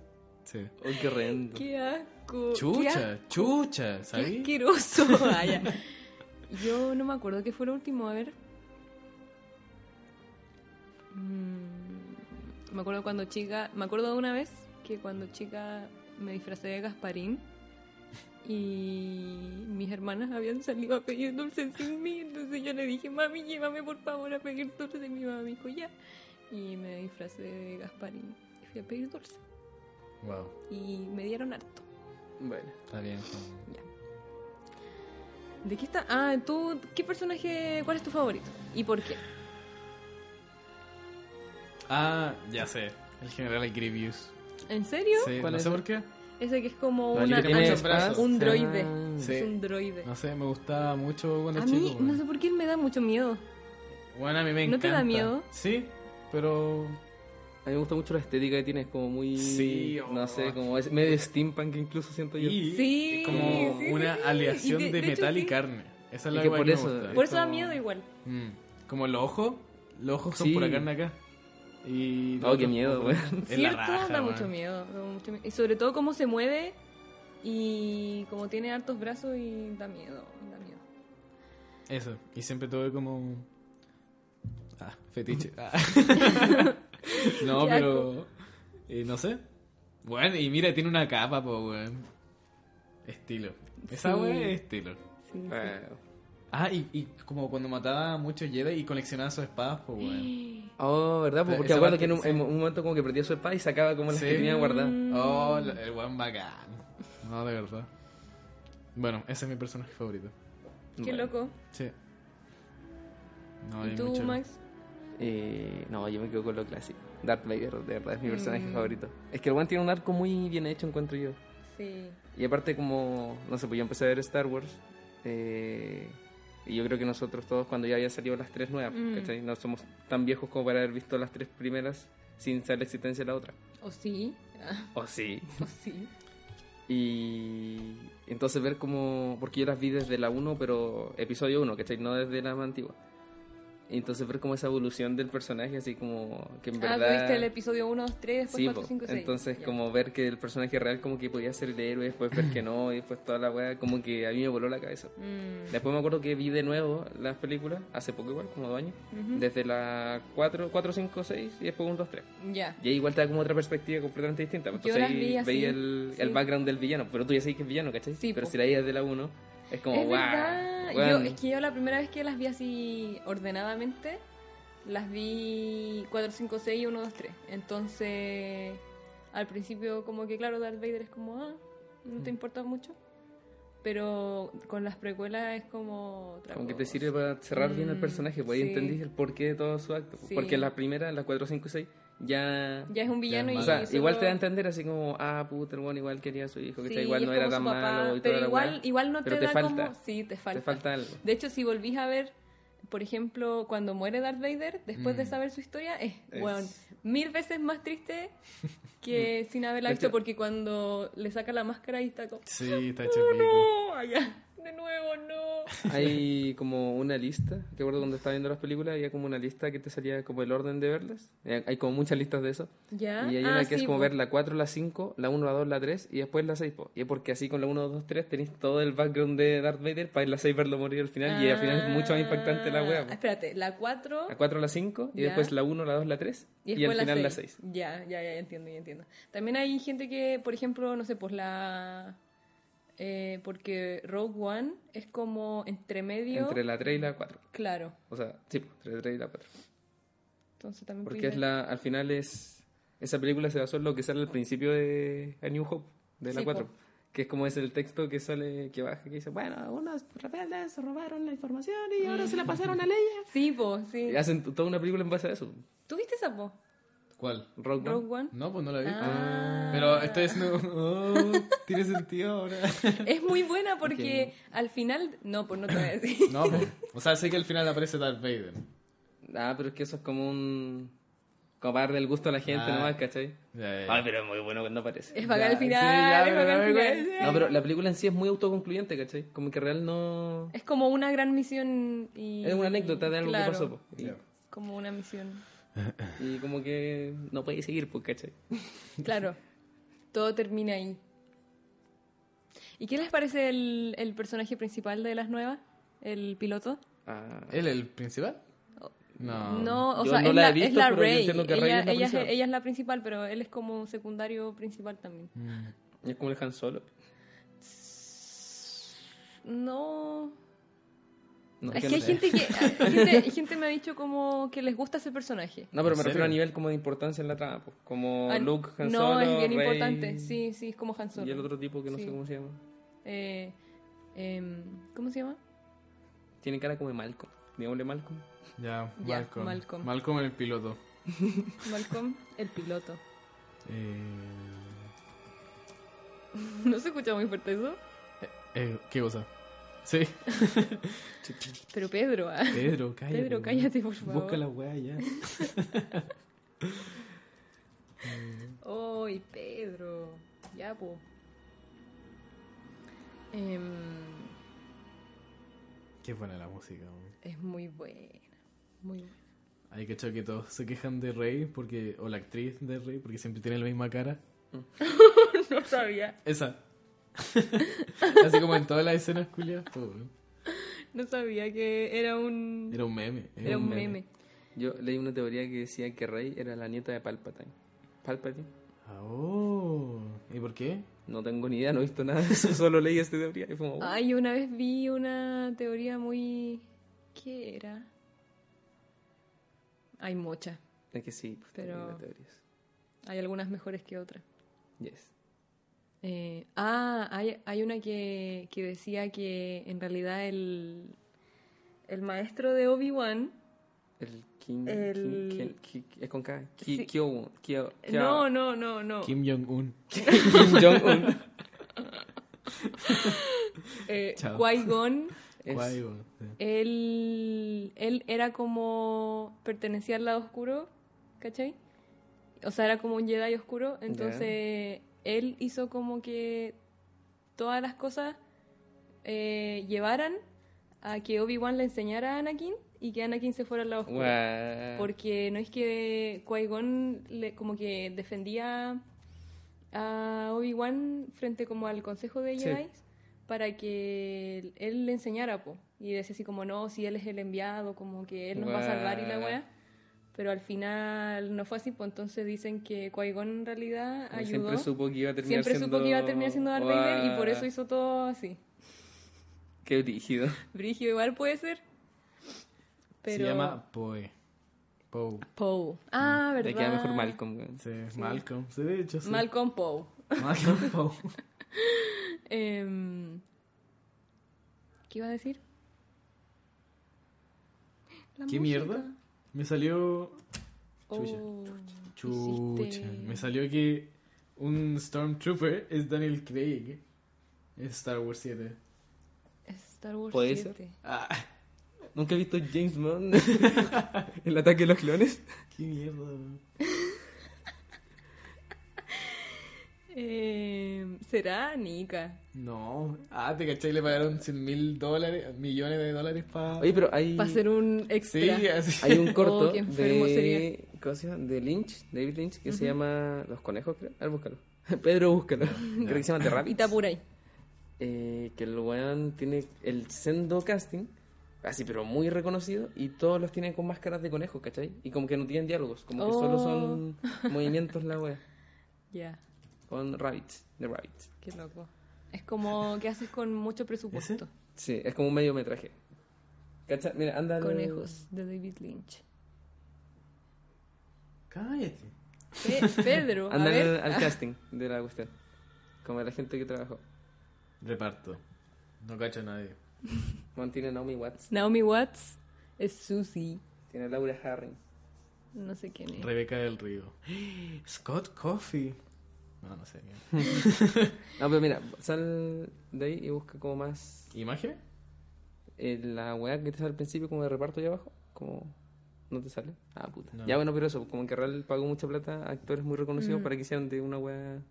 Speaker 3: sí.
Speaker 4: Oh, qué horrendo.
Speaker 2: ¡Qué asco! ¡Qué
Speaker 3: Chucha, chucha,
Speaker 2: Qué
Speaker 3: ¿sabí?
Speaker 2: asqueroso, vaya. Yo no me acuerdo qué fue lo último, a ver. Mm, Me acuerdo cuando chica, me acuerdo de una vez que cuando chica me disfracé de Gasparín y mis hermanas habían salido a pedir dulces sin mí, entonces yo le dije, mami, llévame por favor a pedir dulces y mi mamá me dijo ya. Y me disfracé de Gasparín y fui a pedir dulces
Speaker 3: Wow,
Speaker 2: y me dieron harto.
Speaker 4: Bueno,
Speaker 3: está bien. está bien.
Speaker 2: ¿De qué está? Ah, tú, ¿qué personaje, cuál es tu favorito? ¿Y por qué?
Speaker 3: Ah, ya sé, el general Grievous.
Speaker 2: ¿En serio?
Speaker 3: Sí,
Speaker 4: ¿Cuál
Speaker 3: no
Speaker 4: es
Speaker 3: sé
Speaker 4: el-
Speaker 3: por qué.
Speaker 2: Ese que es como
Speaker 4: No,
Speaker 2: una-
Speaker 4: yo tenía
Speaker 3: muchos
Speaker 2: un,
Speaker 3: brazos.
Speaker 4: espadas.
Speaker 2: un droide.
Speaker 4: Ah,
Speaker 3: Sí.
Speaker 2: Es un droide.
Speaker 3: No sé, me gustaba mucho cuando
Speaker 2: a mí,
Speaker 3: chico.
Speaker 2: no
Speaker 3: weón.
Speaker 2: sé por qué él me da mucho miedo.
Speaker 3: Bueno, a mí me
Speaker 2: ¿No te
Speaker 3: encanta.
Speaker 2: da miedo?
Speaker 3: Sí, pero.
Speaker 4: A mí me gusta mucho la estética que tiene, es como muy.
Speaker 3: Sí, oh.
Speaker 4: No sé, como es medio steampunk incluso siento yo.
Speaker 3: Y
Speaker 2: Sí,
Speaker 3: es como
Speaker 2: sí, sí,
Speaker 3: una
Speaker 2: sí.
Speaker 3: aleación
Speaker 2: Y de-
Speaker 3: de,
Speaker 2: de hecho,
Speaker 3: metal
Speaker 2: sí.
Speaker 3: y carne. Esa es
Speaker 4: Y
Speaker 3: la
Speaker 4: que
Speaker 3: hueá
Speaker 4: por
Speaker 3: que
Speaker 4: eso-
Speaker 3: me gusta.
Speaker 2: Por eso da
Speaker 4: como-
Speaker 2: miedo igual.
Speaker 3: Mm, Como los ojos, los ojos son
Speaker 4: Sí.
Speaker 3: pura carne acá. Y
Speaker 4: Oh, qué miedo, weón.
Speaker 3: Es la
Speaker 2: ¿Cierto?
Speaker 3: raja,
Speaker 2: da
Speaker 3: weón.
Speaker 2: mucho miedo, da mucho miedo. Y sobre todo cómo se mueve y como tiene hartos brazos y da miedo, da miedo.
Speaker 3: Eso, y siempre tuve como. Ah, fetiche. Ah. no,
Speaker 2: Qué
Speaker 3: pero. eh, no sé. Bueno, y mira, tiene una capa, pues, weón. Estilo. Esa
Speaker 2: Sí.
Speaker 3: weón es estilo.
Speaker 2: Sí, sí.
Speaker 4: Bueno.
Speaker 3: Ah, y, y como cuando mataba a muchos Jedi y coleccionaba sus espadas, pues, weón.
Speaker 4: Oh, ¿verdad? Porque
Speaker 3: Esa
Speaker 4: me
Speaker 3: parte,
Speaker 4: acuerdo que en un,
Speaker 3: sí.
Speaker 4: en un momento como que perdía su espada y sacaba como las
Speaker 3: Sí.
Speaker 4: que tenía guardadas.
Speaker 2: Mm.
Speaker 3: Oh, la- el weón bacán. No, de verdad. Bueno, ese es mi personaje favorito.
Speaker 2: Mm, Qué
Speaker 4: Bueno.
Speaker 2: loco.
Speaker 3: Sí. No,
Speaker 2: ¿Y
Speaker 3: hay
Speaker 2: tú,
Speaker 3: mucho-
Speaker 2: Max?
Speaker 4: Eh, no, yo me quedo con lo clásico. Darth Vader, de verdad, es mi personaje
Speaker 2: Mm.
Speaker 4: favorito. Es que el one tiene un arco muy bien hecho, encuentro yo.
Speaker 2: Sí.
Speaker 4: Y aparte, como, no sé, pues yo empecé a ver Star Wars. eh, y yo creo que nosotros todos, cuando ya habían salido las tres nuevas,
Speaker 2: Mm.
Speaker 4: ¿cachai? No somos tan viejos como para haber visto las tres primeras sin saber la existencia de la otra.
Speaker 2: ¿O sí? Ah,
Speaker 4: O sí.
Speaker 2: ¿O sí?
Speaker 4: Y entonces ver como... Porque yo las vi desde la 1, pero episodio 1, ¿cachai? No desde la más antigua. Y entonces ver como esa evolución del personaje, así como que en
Speaker 2: Ah,
Speaker 4: verdad...
Speaker 2: tuviste el episodio 1, 2, 3, después
Speaker 4: Sí,
Speaker 2: 4,
Speaker 4: po.
Speaker 2: 5, 6.
Speaker 4: entonces como ver que el personaje real como que podía ser el héroe, después ver que no, y después toda la weá, como que a mí me voló la cabeza.
Speaker 2: Mm.
Speaker 4: Después me acuerdo que vi de nuevo las películas, hace poco igual, como dos años, desde la 4, 4, 5, 6 y después 1, 2, 3.
Speaker 2: Ya.
Speaker 4: Y ahí igual te da como otra perspectiva completamente distinta. pues,
Speaker 2: Yo
Speaker 4: Entonces
Speaker 2: las vi
Speaker 4: ahí
Speaker 2: así,
Speaker 4: veía el, el
Speaker 2: sí.
Speaker 4: background del villano, pero tú ya sabes que es villano, ¿cachai?
Speaker 2: Sí,
Speaker 4: pero
Speaker 2: po.
Speaker 4: si la veías de la 1, es como,
Speaker 2: es
Speaker 4: wow.
Speaker 2: verdad. Yo-
Speaker 4: weón.
Speaker 2: es que yo la primera vez que las vi así ordenadamente, las vi 4, 5, 6 y 1, 2, 3. Entonces, al principio como que claro, Darth Vader es como, ah, no
Speaker 4: Mm.
Speaker 2: te importa mucho. Pero con las precuelas es como... otra
Speaker 4: Como que te
Speaker 2: cosa.
Speaker 4: sirve para cerrar bien el
Speaker 2: Mm,
Speaker 4: personaje, pues ahí
Speaker 2: sí.
Speaker 4: entendís el porqué de todo su acto.
Speaker 2: Sí.
Speaker 4: Porque en la primera, en la 4, 5 y 6, ya...
Speaker 2: Ya es un villano
Speaker 3: Ya,
Speaker 2: y...
Speaker 4: O sea,
Speaker 2: solo-
Speaker 4: igual te da a entender así como, ah, puta, el bueno, igual quería a su hijo, que
Speaker 2: Sí,
Speaker 4: está igual
Speaker 2: es
Speaker 4: no era
Speaker 2: como
Speaker 4: tan
Speaker 2: su papá,
Speaker 4: malo y toda
Speaker 2: pero
Speaker 4: la
Speaker 2: igual,
Speaker 4: weá.
Speaker 2: igual no
Speaker 4: Pero
Speaker 2: te,
Speaker 4: te
Speaker 2: da
Speaker 4: falta.
Speaker 2: como... Sí, te falta.
Speaker 4: Te falta algo.
Speaker 2: De hecho, si volvís a ver, por ejemplo, cuando muere Darth Vader, después de
Speaker 3: Mm.
Speaker 2: saber su historia, es,
Speaker 4: Es-
Speaker 2: weón, mil veces más triste que sin haberla
Speaker 4: De
Speaker 2: visto,
Speaker 4: hecho-
Speaker 2: porque cuando le saca la máscara y está como,
Speaker 3: Sí, está hecho pico.
Speaker 2: ¡No! Allá, de nuevo, no.
Speaker 4: Hay como una lista, recuerdo cuando estaba viendo las películas, había como una lista que te salía como el orden de verlas. Eh, Hay como muchas listas de eso.
Speaker 2: ¿Ya?
Speaker 4: Y hay
Speaker 2: Ah,
Speaker 4: una que es
Speaker 2: sí,
Speaker 4: como
Speaker 2: po.
Speaker 4: ver la 4, la 5, la 1, la 2, la 3 y después la 6. po. Y es porque así con la 1, 2, 3 tenéis todo el background de Darth Vader para en la 6 verlo morir al final y al final es mucho más impactante la wea.
Speaker 2: Ah,
Speaker 4: po.
Speaker 2: Espérate, la 4
Speaker 4: La 4, la 5 y
Speaker 2: Ya.
Speaker 4: después la 1, la 2, la 3 y, al final la 6.
Speaker 2: Ya, ya, ya, ya entiendo, ya entiendo. También hay gente que, por ejemplo, no sé, pues la... eh, porque Rogue One es como entre medio...
Speaker 4: Entre la 3 y la 4.
Speaker 2: Claro,
Speaker 4: O sea, sí, po, entre la 3 y la 4.
Speaker 2: entonces también...
Speaker 4: Porque
Speaker 2: puede
Speaker 4: es
Speaker 2: ser-
Speaker 4: la, al final es. Esa película se basó en lo que sale al principio de A New Hope, de la
Speaker 2: Sí, pues.
Speaker 4: 4.
Speaker 2: po.
Speaker 4: Que es como es el texto que sale, que baja, que dice, bueno, unos rebeldes robaron la información y ahora se la pasaron a Leia.
Speaker 2: Sí, po, sí.
Speaker 4: Y hacen t- toda una película en base a eso.
Speaker 2: ¿Tuviste esa po?
Speaker 3: ¿Cuál?
Speaker 4: Rogue One.
Speaker 2: Rogue One.
Speaker 3: No, pues no la vi.
Speaker 2: Ah.
Speaker 3: Pero estoy diciendo, oh, tiene sentido ahora.
Speaker 2: Es muy buena porque al final... No, pues no te voy a decir.
Speaker 3: No, pues, o sea, sé que al final aparece Darth Vader.
Speaker 4: Ah, pero es que eso es como un. como para darle el gusto a la gente
Speaker 3: Ah.
Speaker 4: nomás, ¿cachai?
Speaker 3: Ya, ya,
Speaker 4: Ay,
Speaker 3: ya.
Speaker 4: pero es muy bueno cuando aparece.
Speaker 2: Es bacán
Speaker 3: Ya,
Speaker 2: al final,
Speaker 3: sí, ya,
Speaker 2: es
Speaker 3: pero
Speaker 2: bacán al
Speaker 3: no me
Speaker 2: final.
Speaker 3: cuentes.
Speaker 4: No, pero la película en sí es muy autoconcluyente, ¿cachai? Como que real no.
Speaker 2: Es como una gran misión y...
Speaker 4: Es una anécdota de algo
Speaker 2: Claro,
Speaker 4: que pasó, po. Y,
Speaker 3: Ya.
Speaker 2: Como una misión.
Speaker 4: y como que no puede seguir, pues, ¿cachai?
Speaker 2: Claro, todo termina ahí. ¿Y qué les parece el, el personaje principal de las nuevas? ¿El piloto?
Speaker 4: Ah,
Speaker 3: ¿Él, el principal? No.
Speaker 2: Oh, No, o
Speaker 4: Yo
Speaker 2: sea,
Speaker 4: no
Speaker 2: es
Speaker 4: la
Speaker 2: la,
Speaker 4: he visto,
Speaker 2: es la
Speaker 4: pero yo
Speaker 2: Rey.
Speaker 4: entiendo que Rey
Speaker 2: Ella,
Speaker 4: es la
Speaker 2: ella
Speaker 4: principal.
Speaker 2: ella es la principal, pero él es como un secundario principal también.
Speaker 3: Mm.
Speaker 4: es como el Han Solo.
Speaker 2: No.
Speaker 4: No,
Speaker 2: es que
Speaker 4: yo no
Speaker 2: hay
Speaker 4: sé.
Speaker 2: gente que. hay gente, hay gente me ha dicho como que les gusta ese personaje.
Speaker 4: No, pero me
Speaker 3: ¿En
Speaker 4: refiero
Speaker 3: serio?
Speaker 4: a nivel como de importancia en la trama, pues, como
Speaker 2: Ah,
Speaker 4: Luke, Han
Speaker 2: no,
Speaker 4: Solo,
Speaker 2: es bien
Speaker 4: Rey,
Speaker 2: importante. Sí, sí, es como Han Solo.
Speaker 4: Y el otro tipo que no
Speaker 2: Sí.
Speaker 4: sé cómo se llama.
Speaker 2: Eh, em, ¿Cómo se llama?
Speaker 4: Tiene cara como de Malcolm. Digámosle Malcolm.
Speaker 3: Ya,
Speaker 2: Ya,
Speaker 3: Malcolm.
Speaker 2: Malcolm.
Speaker 3: Malcolm el piloto.
Speaker 2: Malcolm, el piloto.
Speaker 3: Eh,
Speaker 2: ¿No se escucha muy fuerte eso?
Speaker 3: eh, ¿Qué cosa? Sí.
Speaker 2: Pero Pedro, ah.
Speaker 3: Pedro, cállate.
Speaker 2: Pedro,
Speaker 3: weón.
Speaker 2: cállate, por favor.
Speaker 3: Busca la weá ya.
Speaker 2: ¡Ay, Pedro! Ya, po. Em,
Speaker 3: Qué buena la música, weón.
Speaker 2: es muy buena. Muy buena.
Speaker 3: Hay que que todos se quejan de Rey, porque, o la actriz de Rey, porque siempre tiene la misma cara.
Speaker 2: No sabía,
Speaker 3: Esa. Así como en todas las escenas, culiadas. po, weón.
Speaker 2: no sabía que era un.
Speaker 3: Era un meme.
Speaker 2: era un meme.
Speaker 4: Yo leí una teoría que decía que Rey era la nieta de Palpatine. Palpatine.
Speaker 3: Ah, Oh. ¿Y por qué?
Speaker 4: No tengo ni idea, no he visto nada de eso, solo leí esta teoría y fue como,
Speaker 2: Ay, yo una vez vi una teoría muy. ¿Qué era? Hay muchas.
Speaker 4: es que sí, pues,
Speaker 2: Pero-
Speaker 4: tengo las teorías.
Speaker 2: Hay algunas mejores que otras.
Speaker 4: Yes.
Speaker 2: Eh, ah, hay, hay una que, que decía que en realidad el, el maestro de Obi-Wan.
Speaker 4: El King,
Speaker 2: El-
Speaker 4: King- King- King- es con K. Ki,
Speaker 2: Sí.
Speaker 4: Kyo- Kyo- Kyo-
Speaker 2: No, no, no, no.
Speaker 3: Kim Jong-un.
Speaker 4: Kim Jong-un.
Speaker 2: Eh,
Speaker 3: Chao.
Speaker 2: Qui-Gon,
Speaker 4: Es-
Speaker 3: Guay, weón. Sí.
Speaker 2: él, él era como. pertenecía al lado oscuro, ¿cachai? O sea, era como un Jedi oscuro. Entonces, él hizo como que todas las cosas eh, llevaran a que Obi-Wan le enseñara a Anakin y que Anakin se fuera al lado oscuro.
Speaker 4: Guau.
Speaker 2: Porque no es que Qui-Gon le- como que defendía a Obi-Wan frente como al consejo de
Speaker 4: Sí.
Speaker 2: Jedi para que él le enseñara, po. Y decía así como, no, si él es el enviado, como que él nos va a salvar y la
Speaker 4: Guau.
Speaker 2: weá. Pero al final no fue así, pues entonces dicen que Qui-Gon en realidad
Speaker 4: Como
Speaker 2: ayudó.
Speaker 4: Siempre supo que iba a terminar
Speaker 2: Siempre
Speaker 4: siendo...
Speaker 2: supo que iba a terminar siendo Darth Vader y por eso
Speaker 4: Guau.
Speaker 2: hizo todo así.
Speaker 4: Qué rígido.
Speaker 2: Brígido igual puede ser. Pero...
Speaker 3: Se llama Poe. Poe.
Speaker 2: Poe. Ah, verdad.
Speaker 4: Le queda mejor Malcolm. güey.
Speaker 3: Sí, Malcolm. Sí, de hecho, sí.
Speaker 2: Malcolm Poe.
Speaker 3: Malcolm Poe.
Speaker 2: Em, ¿Qué iba a decir? La
Speaker 3: ¿Qué
Speaker 2: música.
Speaker 3: mierda? Me salió. Chucha.
Speaker 2: Oh,
Speaker 3: Chucha.
Speaker 2: hiciste-
Speaker 3: Me salió que un Stormtrooper es Daniel Craig. En Star Wars 7.
Speaker 2: Star Wars
Speaker 4: ¿Puede
Speaker 2: 7.
Speaker 3: Ah,
Speaker 4: Nunca he visto James Bond. El ataque de los clones.
Speaker 3: qué mierda, weón.
Speaker 2: Em, ¿Será Nika?
Speaker 3: No. Ah, te cachai, le pagaron 100 mil dólares, millones de dólares para.
Speaker 4: Oye, pero hay,
Speaker 2: Va a ser un
Speaker 3: Sí,
Speaker 2: extra.
Speaker 3: así.
Speaker 4: hay un corto
Speaker 2: Oh, qué enfermo
Speaker 4: de,
Speaker 2: sería.
Speaker 4: ¿cómo se llama? de Lynch, David Lynch, que se llama Los Conejos, creo. A ver, búscalo. Pedro, búscalo. Creo que se llama The
Speaker 2: Y
Speaker 4: Rabbit.
Speaker 2: Tapuray.
Speaker 4: eh, que el weón tiene el sendo casting, así pero muy reconocido, y todos los tienen con máscaras de conejos, ¿cachai? Y como que no tienen diálogos, como que solo son
Speaker 2: Oh.
Speaker 4: movimientos la wea,
Speaker 2: Ya,
Speaker 4: con rabbits, de rabbits.
Speaker 2: qué loco. Es como que haces con mucho presupuesto.
Speaker 4: Sí, es como un mediometraje. ¿Cachai? Mira, anda al-
Speaker 2: Conejos de David Lynch.
Speaker 3: Cállate.
Speaker 2: Pe- Pedro, a
Speaker 4: Anda al,
Speaker 2: ver.
Speaker 4: al casting de la cuestión, como la gente que trabajó.
Speaker 3: Reparto. No cacho a nadie.
Speaker 4: Bueno, tiene Naomi Watts,
Speaker 2: Naomi Watts es Susie.
Speaker 4: tiene Laura Harring.
Speaker 2: No sé quién es.
Speaker 3: Rebeca del Río. Scott Coffee. No, no sé.
Speaker 4: No, pero mira, sal de ahí y busca como más
Speaker 3: ¿Imágenes?
Speaker 4: eh, la weá que te sale al principio como de reparto allá abajo, como no te sale. Ah, puta.
Speaker 3: No.
Speaker 4: Ya bueno, pero eso, como que Real pagó mucha plata a actores muy reconocidos
Speaker 2: Mm.
Speaker 4: para que hicieran de una weá.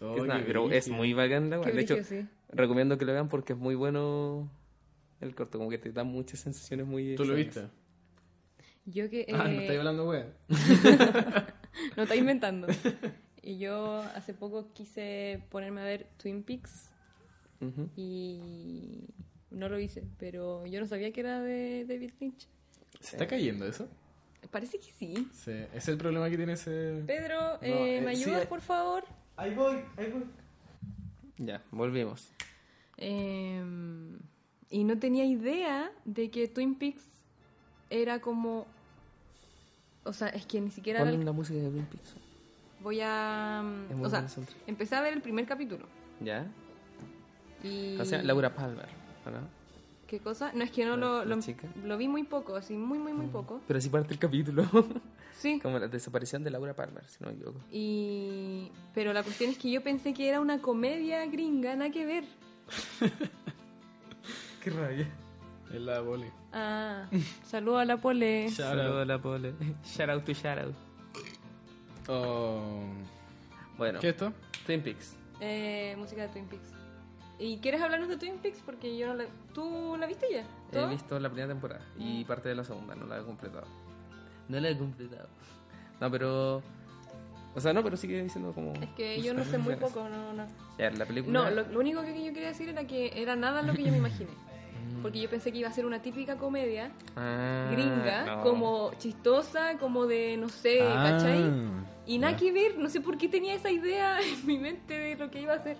Speaker 3: Oh,
Speaker 4: que es
Speaker 3: qué
Speaker 4: nada, pero es
Speaker 3: brígido.
Speaker 4: muy bacán la weá.
Speaker 2: Qué
Speaker 4: De hecho,
Speaker 2: brillo, sí.
Speaker 4: recomiendo que lo vean porque es muy bueno el corto, como que te da muchas sensaciones muy
Speaker 3: ¿Tú lo viste?
Speaker 4: extrañas.
Speaker 2: Yo que...
Speaker 3: Ah,
Speaker 2: eh,
Speaker 3: no estáis hablando, wea.
Speaker 2: No está inventando. Y yo hace poco quise ponerme a ver Twin Peaks
Speaker 4: Ujú.
Speaker 2: y no lo hice, pero yo no sabía que era de David Lynch.
Speaker 3: ¿Se está cayendo eso?
Speaker 2: Parece que sí.
Speaker 3: Sí, es el problema que tiene ese.
Speaker 2: Pedro, eh,
Speaker 3: eh,
Speaker 2: ¿me
Speaker 3: sí,
Speaker 2: ayudas,
Speaker 3: eh.
Speaker 2: por favor?
Speaker 3: Ahí voy, ahí voy.
Speaker 4: Ya, volvemos.
Speaker 2: Em, y no tenía idea de que Twin Peaks era como... O sea, es que ni siquiera... era
Speaker 4: Pon
Speaker 2: el-
Speaker 4: la música de Twin Peaks.
Speaker 2: Voy a... mm,
Speaker 4: Es muy
Speaker 2: O sea,
Speaker 4: buena soundtrack.
Speaker 2: empecé a ver el primer capítulo.
Speaker 4: ¿Ya?
Speaker 2: Y...
Speaker 4: O sea, Laura Palmer, ¿o ¿no?
Speaker 2: ¿Qué cosa? No, es que no
Speaker 4: La-
Speaker 2: lo,
Speaker 4: la
Speaker 2: lo,
Speaker 4: chica. Mm.
Speaker 2: lo vi muy poco, así, muy, muy, muy poco.
Speaker 4: Pero así parte el capítulo.
Speaker 2: Sí.
Speaker 4: como la desaparición de Laura Palmer, si no me equivoco.
Speaker 2: Y... Pero la cuestión es que yo pensé que era una comedia gringa, nada que ver.
Speaker 4: Qué rabia.
Speaker 3: Es la boli.
Speaker 2: Ah, saludo a la pole.
Speaker 3: Shout out.
Speaker 4: Saludos a la pole. Shout out to shout out.
Speaker 3: Oh,
Speaker 4: Bueno,
Speaker 3: ¿Qué es esto?
Speaker 4: Twin Peaks.
Speaker 2: Eh, música de Twin Peaks. ¿Y quieres hablarnos de Twin Peaks? Porque yo no la... ¿Tú la viste ya?
Speaker 4: He
Speaker 2: ¿Todo? Mm.
Speaker 4: visto la primera temporada y parte de la segunda, no la he completado. No la he completado. No, pero. O sea, no, pero sigue diciendo como.
Speaker 2: Es que yo no sé muy poco, no, no.
Speaker 4: Ya, la película.
Speaker 2: No, lo, lo único que yo quería decir era que era nada lo que yo me imaginé. Porque yo pensé que iba a ser una típica comedia
Speaker 4: Ah,
Speaker 2: gringa,
Speaker 4: no. Ah.
Speaker 2: como chistosa, como de, no sé, Eh,
Speaker 3: Ah.
Speaker 2: ¿cachai? Y nada que ver, no sé por qué tenía esa idea en mi mente de lo que iba a hacer.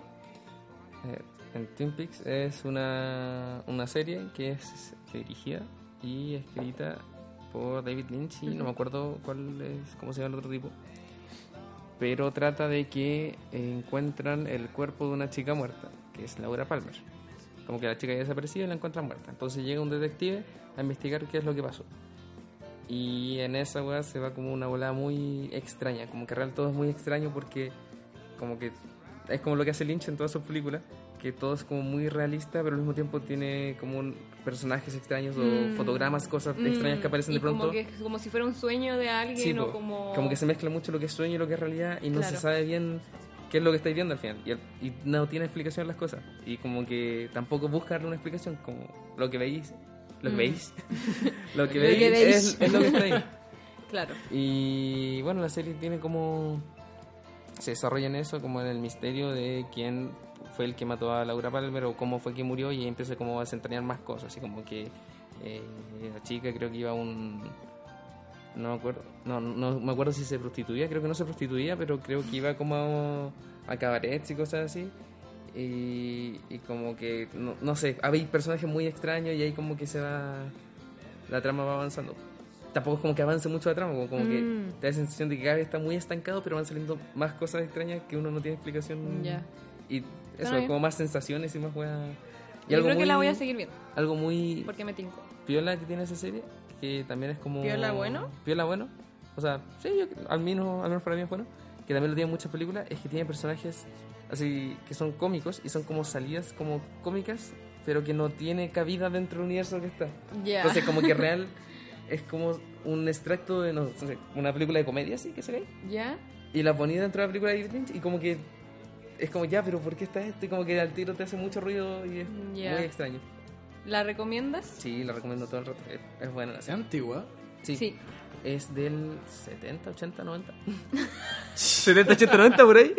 Speaker 4: Eh, en Twin Peaks es una, una serie que es dirigida y escrita por David Lynch y no me acuerdo cuál es, cómo se llama el otro tipo. Pero trata de que encuentran el cuerpo de una chica muerta, que es Laura Palmer. Como que la chica ya desaparecida y la encuentran muerta. Entonces llega un detective a investigar qué es lo que pasó. Y en esa weá se va como una volada muy extraña. Como que real todo es muy extraño porque como que es como lo que hace Lynch en todas sus películas, que todo es como muy realista, pero al mismo tiempo tiene como un- personajes extraños
Speaker 2: Mm.
Speaker 4: o fotogramas, cosas extrañas que
Speaker 2: Mm,
Speaker 4: aparecen
Speaker 2: y
Speaker 4: de pronto.
Speaker 2: Como, que, como si fuera un sueño de alguien
Speaker 4: Sí,
Speaker 2: o
Speaker 4: po.
Speaker 2: como...
Speaker 4: que se mezcla mucho lo que es sueño y lo que es realidad y no se
Speaker 2: Claro.
Speaker 4: sabe bien qué es lo que estáis viendo al final. Y, el- y no tiene explicación las cosas. Y como que tampoco busca darle una explicación, como lo que veis ¿Los
Speaker 2: Mm.
Speaker 4: veis? lo que
Speaker 2: Lo
Speaker 4: veis,
Speaker 2: que veis.
Speaker 4: Es, es lo que está ahí.
Speaker 2: Claro.
Speaker 4: Y bueno, la serie tiene como. Se desarrolla en eso, como en el misterio de quién fue el que mató a Laura Palmer o cómo fue que murió, y ahí empieza como a desentrañar más cosas, así como que eh, la chica creo que iba a un. No me acuerdo, no, no me acuerdo si se prostituía, creo que no se prostituía, pero creo que iba como a, a cabarets y cosas así. Y, y como que, no, no sé, hay personajes muy extraños y ahí como que se va. La trama va avanzando. Tampoco es como que avance mucho la trama, como, como
Speaker 2: Mm.
Speaker 4: que te da la sensación de que cada vez está muy estancado, pero van saliendo más cosas extrañas que uno no tiene explicación.
Speaker 2: Ya.
Speaker 4: Y eso,
Speaker 2: bien.
Speaker 4: como más sensaciones y más weas. Y
Speaker 2: Yo
Speaker 4: algo
Speaker 2: creo que
Speaker 4: muy-
Speaker 2: la voy a seguir viendo,
Speaker 4: Algo muy
Speaker 2: porque me tinco.
Speaker 4: piola que tiene esa serie, que también es como...
Speaker 2: ¿Piola bueno?
Speaker 4: Piola bueno. O sea, sí, yo- al, menos, al menos para mí es bueno. Que también lo tienen muchas películas, es que tiene personajes así que son cómicos y son como salidas como cómicas, pero que no tiene cabida dentro del universo que está.
Speaker 2: Ya.
Speaker 4: Entonces como que real es como un extracto de no sé, una película de comedia, sí, que se ve.
Speaker 2: ¿Ya?
Speaker 4: Y la ponía dentro de la película de David Lynch y como que es como, ya, pero ¿por qué está esto? Y como que al tiro te hace mucho ruido y es
Speaker 2: Ya.
Speaker 4: muy extraño.
Speaker 2: ¿La recomiendas?
Speaker 4: Sí, la recomiendo todo el rato. Es, es buena la
Speaker 3: ¿Es
Speaker 4: serie.
Speaker 3: antigua?
Speaker 4: Sí.
Speaker 2: Sí.
Speaker 4: Es del 70, 80, 90.
Speaker 3: 70
Speaker 4: 80, 90 por ahí.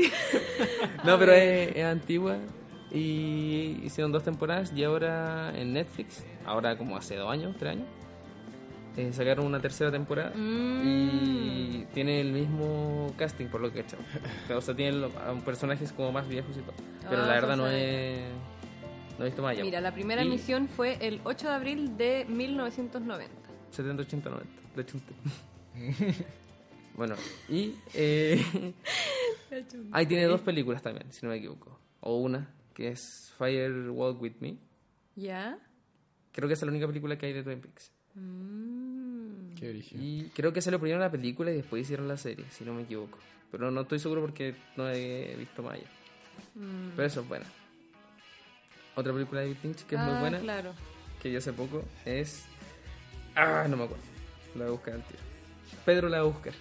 Speaker 4: no, pero es, es antigua. Y hicieron dos temporadas y ahora en Netflix, ahora como hace dos años, tres años, eh, sacaron una tercera temporada.
Speaker 2: Mm.
Speaker 4: Y tiene el mismo casting, por lo que he hecho. O sea, tiene lo- a personajes como más viejos y todo. Pero
Speaker 2: Ah,
Speaker 4: la verdad no
Speaker 2: entonces-
Speaker 4: he, no he visto más allá.
Speaker 2: Mira, la primera
Speaker 4: Y
Speaker 2: emisión fue el 8 de abril de 1990.
Speaker 4: 70, 80, 90. Le chunté. bueno, y. Eh, ahí tiene dos películas también, si no me equivoco. O una, que es Fire Walk With Me.
Speaker 2: ¿Ya?
Speaker 4: Creo que esa es la única película que hay de Twin Peaks.
Speaker 2: Mm.
Speaker 3: Qué origen.
Speaker 4: Y creo que salió primero la película y después hicieron la serie, si no me equivoco. Pero no estoy seguro porque no he visto más allá.
Speaker 2: Mm.
Speaker 4: Pero eso es buena. Otra película de David Lynch que es muy
Speaker 2: Ah,
Speaker 4: buena,
Speaker 2: claro.
Speaker 4: que yo hace poco, es... Ah, no me acuerdo. La voy a buscar al tiro. Pedro la va a buscar.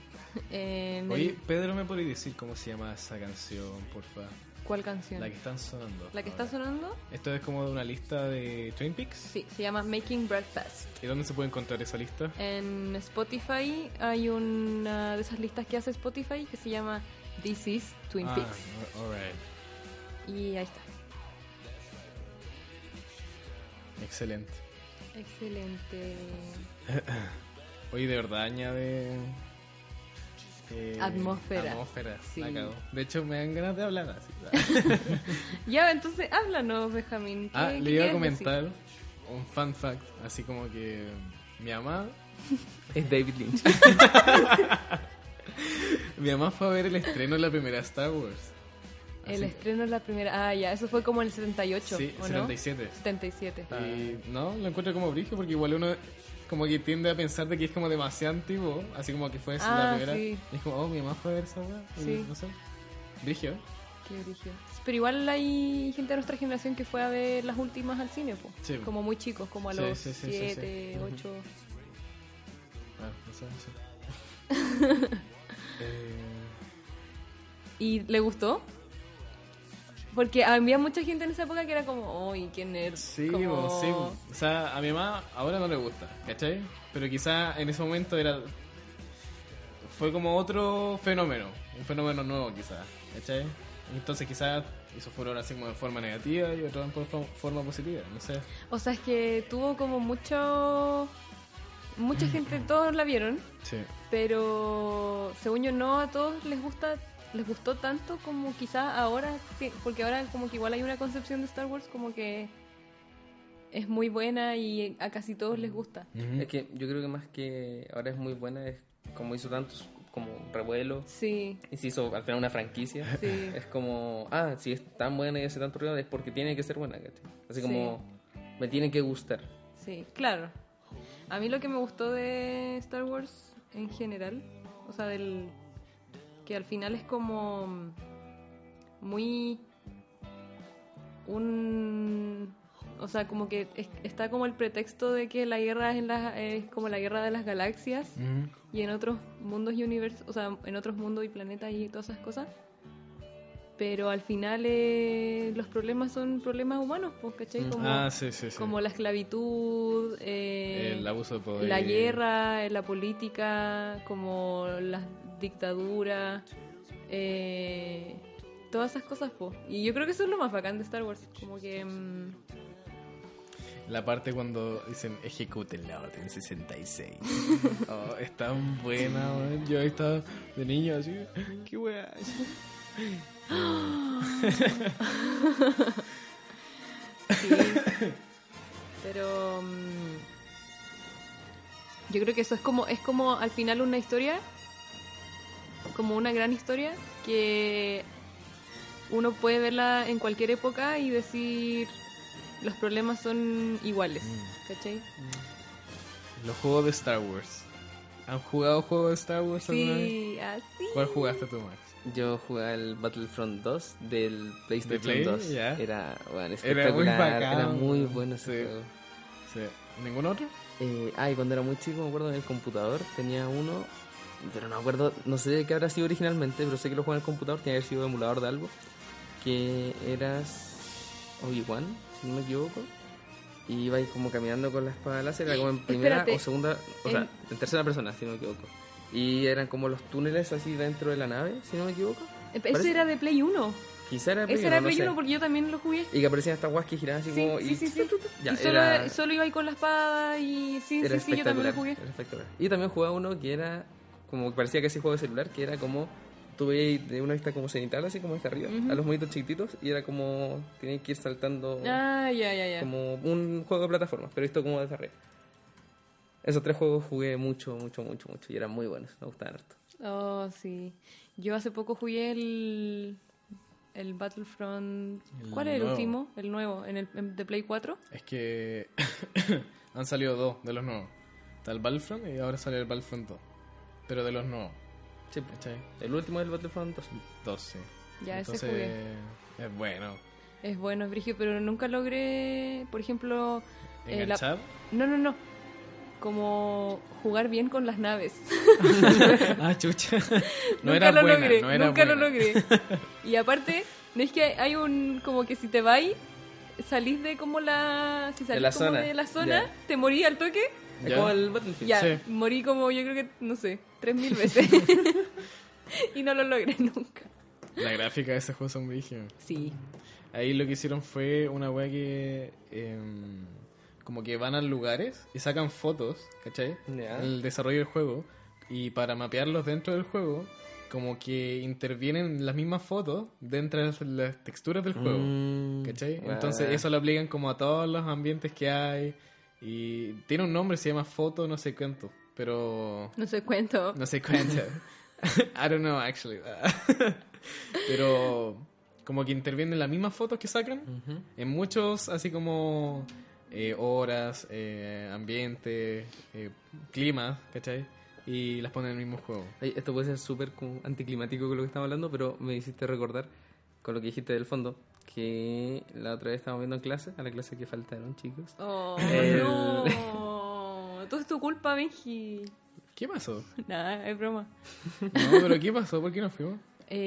Speaker 2: En el-
Speaker 3: Oye, Pedro, ¿me podéis decir cómo se llama esa canción, porfa?
Speaker 2: ¿Cuál canción?
Speaker 3: La que están sonando.
Speaker 2: ¿La que está
Speaker 3: ahora.
Speaker 2: sonando?
Speaker 3: Esto es como de una lista de Twin Peaks.
Speaker 2: Sí, se llama Making Breakfast.
Speaker 3: ¿Y dónde se puede encontrar esa lista?
Speaker 2: En Spotify hay una de esas listas que hace Spotify que se llama This is Twin
Speaker 3: ah,
Speaker 2: Peaks.
Speaker 3: alright.
Speaker 2: Y ahí está.
Speaker 3: Excelente.
Speaker 2: Excelente.
Speaker 3: Oye, de verdad añade. eh,
Speaker 2: Atmósfera.
Speaker 3: Atmósfera.
Speaker 2: Sí.
Speaker 3: La cagó. De hecho, me dan ganas de hablar así.
Speaker 2: Ya, entonces háblanos, Benjamín. ¿Qué-
Speaker 3: Ah,
Speaker 2: qué
Speaker 3: le iba a
Speaker 2: quieres decir?
Speaker 3: comentar un fun fact. Así como que mi mamá.
Speaker 4: Es David Lynch.
Speaker 3: Mi mamá fue a ver el estreno de la primera Star Wars.
Speaker 2: El estreno es la primera. Ah, ya, eso fue como el 78.
Speaker 3: Sí,
Speaker 2: ¿o
Speaker 3: 77.
Speaker 2: No? 77.
Speaker 3: Y no, lo encuentro como brillo porque igual uno como que tiende a pensar de que es como demasiado antiguo, así como que fue esa
Speaker 2: Ah,
Speaker 3: la primera.
Speaker 2: sí.
Speaker 3: Y es como, oh, mi mamá fue a ver esa weá. y
Speaker 2: Sí.
Speaker 3: No sé. Brigio.
Speaker 2: Qué brígido. Pero igual hay gente de nuestra generación que fue a ver las últimas al cine, po.
Speaker 3: Sí.
Speaker 2: como muy chicos, como a
Speaker 3: Sí,
Speaker 2: los
Speaker 3: sí, sí, sí, sí.
Speaker 2: 7, 8.
Speaker 3: Ah, no sé, no sé. Eh,
Speaker 2: ¿Y le gustó? Porque había mucha gente en esa época que era como, uy, qué nerd.
Speaker 3: sí,
Speaker 2: como...
Speaker 3: bo, sí. bo. O sea, a mi mamá ahora no le gusta, ¿cachai? Pero quizá en ese momento era. Fue como otro fenómeno, un fenómeno nuevo quizá, ¿cachai? Entonces quizás hizo furor así como de forma negativa y otro en por- forma positiva, no sé.
Speaker 2: O sea, es que tuvo como mucho. Mucha gente, todos la vieron,
Speaker 3: Sí.
Speaker 2: pero según yo no a todos les gusta les gustó tanto como quizás ahora sí, porque ahora como que igual hay una concepción de Star Wars como que es muy buena y a casi todos
Speaker 3: Mm.
Speaker 2: les gusta
Speaker 4: es que yo creo que más que ahora es muy buena, es como hizo tantos como revuelo
Speaker 2: sí
Speaker 4: y se hizo al final una franquicia.
Speaker 2: sí
Speaker 4: Es como, ah, si es tan buena y hace tanto ruido es porque tiene que ser buena, ¿cachai? Así como, me tiene que gustar.
Speaker 2: sí claro a mí lo que me gustó de Star Wars en general o sea del que al final es como muy un o sea como que es- está como el pretexto de que la guerra es, en las- es como la guerra de las galaxias y en otros mundos y universos o sea en otros mundos y planetas y todas esas cosas Pero al final eh, los problemas son problemas humanos, pues, ¿cachai? Como,
Speaker 3: Ah, sí, sí, sí.
Speaker 2: como la esclavitud, eh,
Speaker 3: el abuso de poder.
Speaker 2: la guerra, eh, la política, como las dictaduras, eh, todas esas cosas, po. Y yo creo que eso es lo más bacán de Star Wars, como que... mm,
Speaker 3: La parte cuando dicen ejecuten la orden 66. oh, es tan buena, weón. Yo estaba de niño así. Qué weá.
Speaker 2: Sí. Pero mm, yo creo que eso es como es como al final una historia como una gran historia que uno puede verla en cualquier época y decir los problemas son iguales,
Speaker 4: Mm.
Speaker 2: ¿cachai?
Speaker 3: Los juegos de Star Wars. ¿Han jugado juegos de Star Wars alguna vez?
Speaker 2: Sí, así.
Speaker 3: ¿Cuál jugaste tú, Max?
Speaker 4: Yo jugaba el Battlefront 2 del PlayStation
Speaker 3: Play?
Speaker 4: 2.
Speaker 3: Ya.
Speaker 4: Era, bueno,
Speaker 3: Era muy
Speaker 4: espectacular. Era muy,
Speaker 3: bacán,
Speaker 4: bueno ese
Speaker 3: sí.
Speaker 4: juego.
Speaker 3: Sí. ¿Ningún otro?
Speaker 4: Eh, ah, y cuando era muy chico, me acuerdo en el computador tenía uno, pero no me acuerdo, no sé de qué habrá sido originalmente, pero sé que lo jugaba en el computador, tenía que haber sido emulador de algo, que eras Obi-Wan, si no me equivoco, y iba ahí como caminando con la espada láser, era como en primera
Speaker 2: Espérate,
Speaker 4: o segunda, o sea,
Speaker 2: en-
Speaker 4: en tercera persona, si no me equivoco. Y eran como los túneles así dentro de la nave, si no me equivoco.
Speaker 2: Ese
Speaker 4: Parece-
Speaker 2: era de Play 1.
Speaker 4: Quizá era
Speaker 2: Ese
Speaker 4: primero,
Speaker 2: era de
Speaker 4: no
Speaker 2: Play
Speaker 4: sé.
Speaker 2: 1 porque yo también lo jugué.
Speaker 4: Y que aparecían estas guas que giraban así
Speaker 2: Sí,
Speaker 4: como...
Speaker 2: sí,
Speaker 4: y-
Speaker 2: sí, sí.
Speaker 4: Ya,
Speaker 2: y solo,
Speaker 4: era-
Speaker 2: solo iba ahí con la espada y sí,
Speaker 4: era
Speaker 2: sí, sí, yo también lo
Speaker 4: espectacular,
Speaker 2: jugué.
Speaker 4: era espectacular. Y también jugaba uno que era, como que parecía que ese juego de celular, que era como, tuve de una vista como cenital, así como hasta arriba,
Speaker 2: Ujú.
Speaker 4: a los monitos chiquititos, y era como, tenías que ir saltando
Speaker 2: Ah, ya, ya, ya.
Speaker 4: como un juego de plataformas, pero esto como desde arriba. Esos tres juegos jugué mucho, mucho, mucho, mucho, y eran muy buenos, me gustaban harto.
Speaker 2: Oh, sí. Yo hace poco jugué el, el Battlefront.
Speaker 3: El
Speaker 2: ¿Cuál es el
Speaker 3: nuevo.
Speaker 2: último? El nuevo, en el en- de Play 4.
Speaker 3: Es que han salido dos de los nuevos. Está el Battlefront y ahora sale el Battlefront 2. Pero de los nuevos.
Speaker 4: Sí, pues,
Speaker 3: ¿Cachai?
Speaker 4: el último es el Battlefront 2.
Speaker 3: Dos, sí.
Speaker 2: Ya, ese
Speaker 3: Entonces,
Speaker 2: jugué.
Speaker 3: es bueno.
Speaker 2: Es bueno, es brígido, pero nunca logré, por ejemplo, eh, la-
Speaker 3: Enganchar.
Speaker 2: no, no, no. Como jugar bien con las naves.
Speaker 3: ah, chucha. No
Speaker 2: nunca
Speaker 3: era
Speaker 2: lo
Speaker 3: buena,
Speaker 2: logré,
Speaker 3: no era
Speaker 2: nunca
Speaker 3: buena.
Speaker 2: lo logré. Y aparte, no es que hay, hay un como que si te vais, salís de como la si salís
Speaker 4: la
Speaker 2: como
Speaker 4: zona,
Speaker 2: de la zona, te morí al toque.
Speaker 4: Es
Speaker 3: Ya.
Speaker 4: como el Battlefield.
Speaker 2: Ya,
Speaker 3: Sí.
Speaker 2: morí como yo creo que, no sé, tres mil veces. y no lo logré nunca.
Speaker 3: La gráfica de ese juego son brígidos.
Speaker 2: Sí.
Speaker 3: Ahí lo que hicieron fue una weá que. em, como que van a lugares y sacan fotos, ¿cachai?
Speaker 4: Ya.
Speaker 3: El desarrollo del juego. Y para mapearlos dentro del juego, como que intervienen las mismas fotos dentro de las texturas del juego.
Speaker 4: Mm,
Speaker 3: ¿Cachai?
Speaker 4: ah.
Speaker 3: Entonces eso lo aplican como a todos los ambientes que hay. Y tiene un nombre, se llama foto, no sé cuánto. Pero
Speaker 2: No sé cuento.
Speaker 3: no sé cuánto. I don't know, actually. pero como que intervienen las mismas fotos que sacan
Speaker 4: Ujú.
Speaker 3: en muchos, así como eh, horas, eh, ambiente, eh, climas, ¿cachai? Y las ponen en el mismo juego.
Speaker 4: Ay, esto puede ser súper como anticlimático con lo que estamos hablando, pero me hiciste recordar con lo que dijiste del fondo, que la otra vez estábamos viendo en clase, a la clase que faltaron, chicos.
Speaker 2: Oh,
Speaker 4: El-
Speaker 3: Eh.
Speaker 2: no. Todo es tu culpa, Benji.
Speaker 3: ¿Qué pasó?
Speaker 2: Nada, es broma.
Speaker 3: No, pero ¿qué pasó? ¿Por qué no fuimos?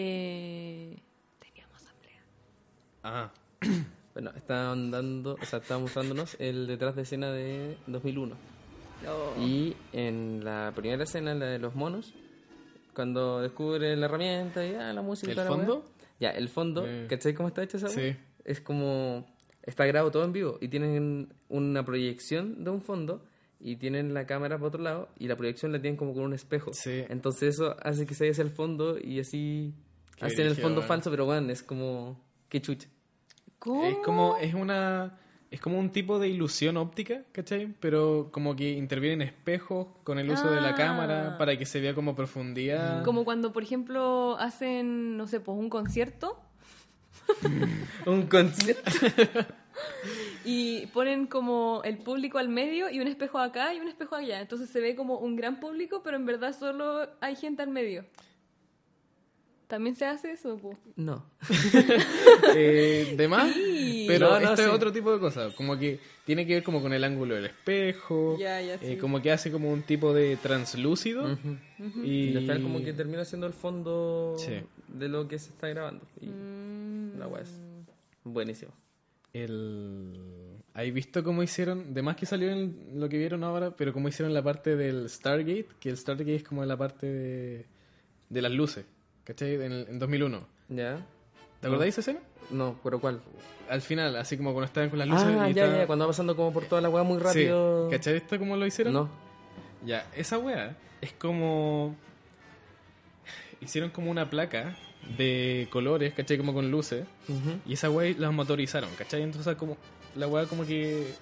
Speaker 2: Eh, teníamos asamblea.
Speaker 3: Ah,
Speaker 4: Bueno, estaban dando, o sea, estábamos dándonos el detrás de escena de 2001.
Speaker 2: No.
Speaker 4: Y en la primera escena, la de los monos, cuando descubre la herramienta y ah, la música. y
Speaker 3: ¿El
Speaker 4: toda la
Speaker 3: fondo?
Speaker 4: weá. Ya, el fondo,
Speaker 3: Eh.
Speaker 4: ¿cachai cómo está hecho esa weá?
Speaker 3: Sí.
Speaker 4: Es como, está grabado todo en vivo y tienen una proyección de un fondo y tienen la cámara para otro lado y la proyección la tienen como con un espejo.
Speaker 3: Sí.
Speaker 4: Entonces eso hace que se vea el fondo y así
Speaker 3: Qué
Speaker 4: hacen el
Speaker 3: brígido, eh.
Speaker 4: fondo
Speaker 3: weón.
Speaker 4: falso, pero bueno, es como, qué chucha.
Speaker 2: ¿Cómo?
Speaker 3: Es como, es una. Es como un tipo de ilusión óptica, ¿cachai? Pero como que intervienen espejos con el uso de la
Speaker 2: Ah. Mm.
Speaker 3: cámara para que se vea como profundidad.
Speaker 2: Como cuando, por ejemplo, hacen, no sé, pues un concierto
Speaker 4: Un concierto.
Speaker 2: y ponen como el público al medio y un espejo acá y un espejo allá. Entonces se ve como un gran público, pero en verdad solo hay gente al medio. También se hace eso, po.
Speaker 4: No.
Speaker 3: Eh, de más, pero
Speaker 4: No, no,
Speaker 3: esto es
Speaker 4: sí.
Speaker 3: otro tipo de cosas, como que tiene que ver como con el ángulo del espejo,
Speaker 2: Ya, ya,
Speaker 3: eh,
Speaker 2: sí.
Speaker 3: como que hace como un tipo de translúcido
Speaker 4: Ujú. Y
Speaker 3: y
Speaker 4: al final como que termina siendo el fondo
Speaker 3: Sí.
Speaker 4: de lo que se está grabando. Y
Speaker 2: Mm.
Speaker 3: Mm.
Speaker 4: la wea es buenísimo.
Speaker 3: el ¿Hay visto cómo hicieron? De más que salió en lo que vieron ahora, pero cómo hicieron la parte del Stargate, que el Stargate es como la parte de, de las luces, ¿cachai? En, el- en 2001.
Speaker 4: ¿Ya? Ah.
Speaker 3: ¿Te acordáis de esa escena?
Speaker 4: No, pero ¿cuál?
Speaker 3: Al final, así como cuando estaban con las luces
Speaker 4: Ah,
Speaker 3: y
Speaker 4: ya,
Speaker 3: estaban-
Speaker 4: ya, cuando va pasando como por toda la wea muy
Speaker 3: Sí,
Speaker 4: rápido.
Speaker 3: ¿Cachai esto cómo lo hicieron?
Speaker 4: No.
Speaker 3: Ya, esa weá es como. Hicieron como una placa de colores, ¿cachai? Como con luces.
Speaker 4: Ujú.
Speaker 3: Y esa weá las motorizaron, ¿cachai? Entonces, como. La weá como que.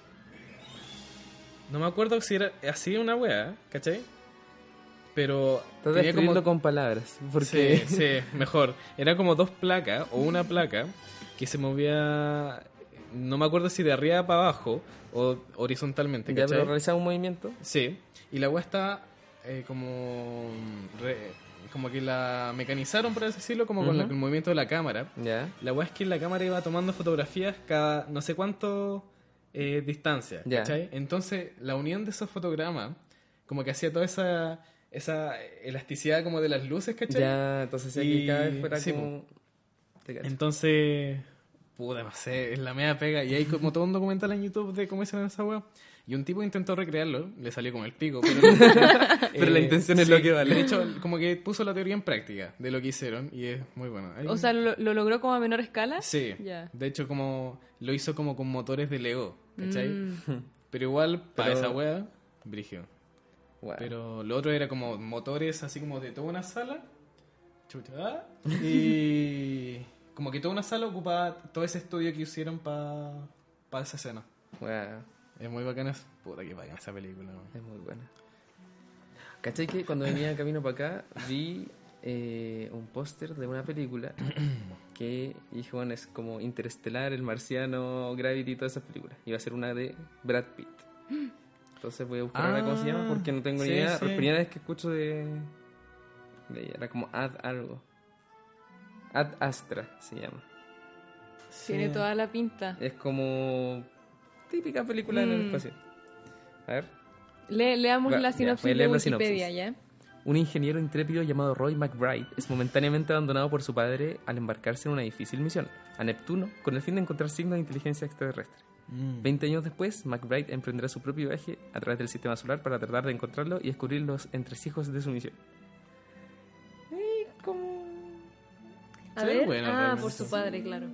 Speaker 3: No me acuerdo si era así una weá, ¿cachai? Pero.
Speaker 4: Estás
Speaker 3: tenía
Speaker 4: describiendo
Speaker 3: como...
Speaker 4: con palabras.
Speaker 3: Sí,
Speaker 4: Porque...
Speaker 3: sí, mejor. Era como dos placas o una placa que se movía. No me acuerdo si de arriba para abajo o horizontalmente,
Speaker 4: ya,
Speaker 3: ¿cachai?
Speaker 4: pero realizaba un movimiento.
Speaker 3: Sí, y la weá está eh, como. re- como que la mecanizaron, por así decirlo, como con la-
Speaker 4: Ujú.
Speaker 3: el movimiento de la cámara.
Speaker 4: Ya,
Speaker 3: La weá es que la cámara iba tomando fotografías cada no sé cuánto eh, distancia,
Speaker 4: Ya.
Speaker 3: ¿cachai? Entonces, la unión de esos fotogramas, como que hacía toda esa, esa elasticidad como de las luces, ¿cachai?
Speaker 4: ya, entonces si aquí
Speaker 3: Y-
Speaker 4: cada vez fuera
Speaker 3: sí,
Speaker 4: como... Te cacho.
Speaker 3: Entonces, puta, no sé, es la media pega. Y hay como todo un documental en YouTube de cómo hicieron esa weá. Y un tipo intentó recrearlo, le salió como el pico. Pero, Eh,
Speaker 4: Pero la intención es lo que vale.
Speaker 3: De hecho, como que puso la teoría en práctica de lo que hicieron y es muy bueno. Hay-
Speaker 2: O sea, ¿lo, lo logró como a menor escala?
Speaker 3: sí.
Speaker 2: Ya.
Speaker 3: De hecho, como lo hizo como con motores de Lego, ¿cachai?
Speaker 2: Mm.
Speaker 3: Pero igual, para
Speaker 4: Pero-
Speaker 3: esa weá, brígido.
Speaker 4: Guau.
Speaker 3: Pero lo otro era como motores así como de toda una sala. Chucha. Y como que toda una sala ocupaba todo ese estudio que hicieron para esa escena.
Speaker 4: Guau.
Speaker 3: Es muy bacana. es- Puta que bacana esa película. man.
Speaker 4: Es muy buena. ¿Cachai que cuando venía camino para acá vi eh, un póster de una película que dije, bueno, es como Interestelar, El Marciano, Gravity, todas esas películas. Iba a ser una de Brad Pitt. Entonces voy a buscar ahora cómo se llama porque no tengo ni
Speaker 3: Ah, sí,
Speaker 4: idea.
Speaker 3: sí.
Speaker 4: La primera vez que escucho de, de ella era como Ad algo. Ad Astra se llama.
Speaker 2: Tiene toda la pinta.
Speaker 3: Eh,
Speaker 4: Es como típica película en el
Speaker 2: Mm.
Speaker 4: espacio. A ver.
Speaker 2: Le- leamos
Speaker 4: Va,
Speaker 2: la
Speaker 4: ya,
Speaker 2: sinopsis
Speaker 3: pues,
Speaker 4: voy a leer
Speaker 2: de
Speaker 4: la sinopsis.
Speaker 2: Wikipedia, ¿ya?
Speaker 4: Un ingeniero intrépido llamado Roy McBride es momentáneamente abandonado por su padre al embarcarse en una difícil misión, a Neptuno, con el fin de encontrar signos de inteligencia extraterrestre. Veinte años después, McBride emprenderá su propio viaje a través del sistema solar para tratar de encontrarlo y descubrir los entresijos de su misión. Y como...
Speaker 2: A
Speaker 3: Sí,
Speaker 2: ver,
Speaker 3: bueno,
Speaker 2: ah,
Speaker 3: realmente.
Speaker 2: por su padre, claro.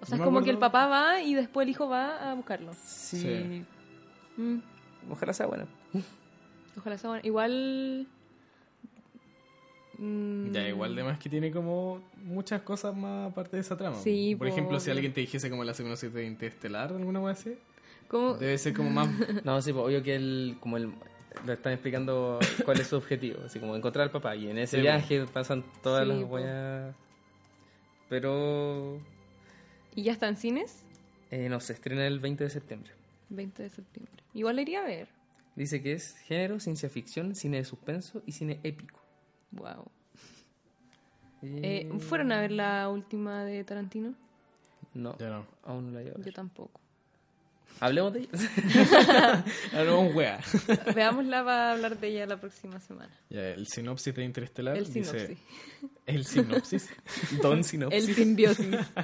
Speaker 2: O sea,
Speaker 3: No me
Speaker 2: es como que
Speaker 3: acuerdo.
Speaker 2: el papá va y después el hijo va a buscarlo.
Speaker 4: Sí.
Speaker 3: Sí.
Speaker 2: Mm,
Speaker 4: Ojalá sea bueno.
Speaker 2: Ojalá sea bueno. Igual... mm,
Speaker 3: Ya, igual además que tiene como muchas cosas más aparte de esa trama.
Speaker 2: Sí,
Speaker 3: Por ejemplo,
Speaker 2: po,
Speaker 3: si
Speaker 2: obvio.
Speaker 3: alguien te dijese como la segunda cita de Interestelar, alguna vez así,
Speaker 2: ¿Cómo?
Speaker 3: debe ser como más...
Speaker 4: No, sí, pues, obvio que él, como él, lo están explicando cuál es su objetivo, así como encontrar al papá. Y en ese
Speaker 3: Sí,
Speaker 4: viaje pasan todas
Speaker 2: Sí,
Speaker 4: las
Speaker 2: po.
Speaker 4: weas. Pero
Speaker 2: ¿Y ya está en cines?
Speaker 4: eh, no, se estrena el 20 de septiembre.
Speaker 2: 20 de septiembre. Igual la iría a ver.
Speaker 4: Dice que es género, ciencia ficción, cine de suspenso y cine épico. Eh,
Speaker 2: Wow.
Speaker 4: Y-
Speaker 2: Eh,
Speaker 3: Eh.
Speaker 2: ¿Fueron a ver la última de Tarantino?
Speaker 4: No,
Speaker 3: Ya no.
Speaker 4: aún no la llevo.
Speaker 2: Yo tampoco.
Speaker 4: Hablemos de ella.
Speaker 3: Ah, no, wea.
Speaker 2: Veámosla para hablar de ella la próxima semana.
Speaker 3: Ya, el sinopsis de Interestelar
Speaker 2: El
Speaker 3: dice...
Speaker 2: sinopsis.
Speaker 3: El sinopsis. Don sinopsis.
Speaker 2: El simbiosis.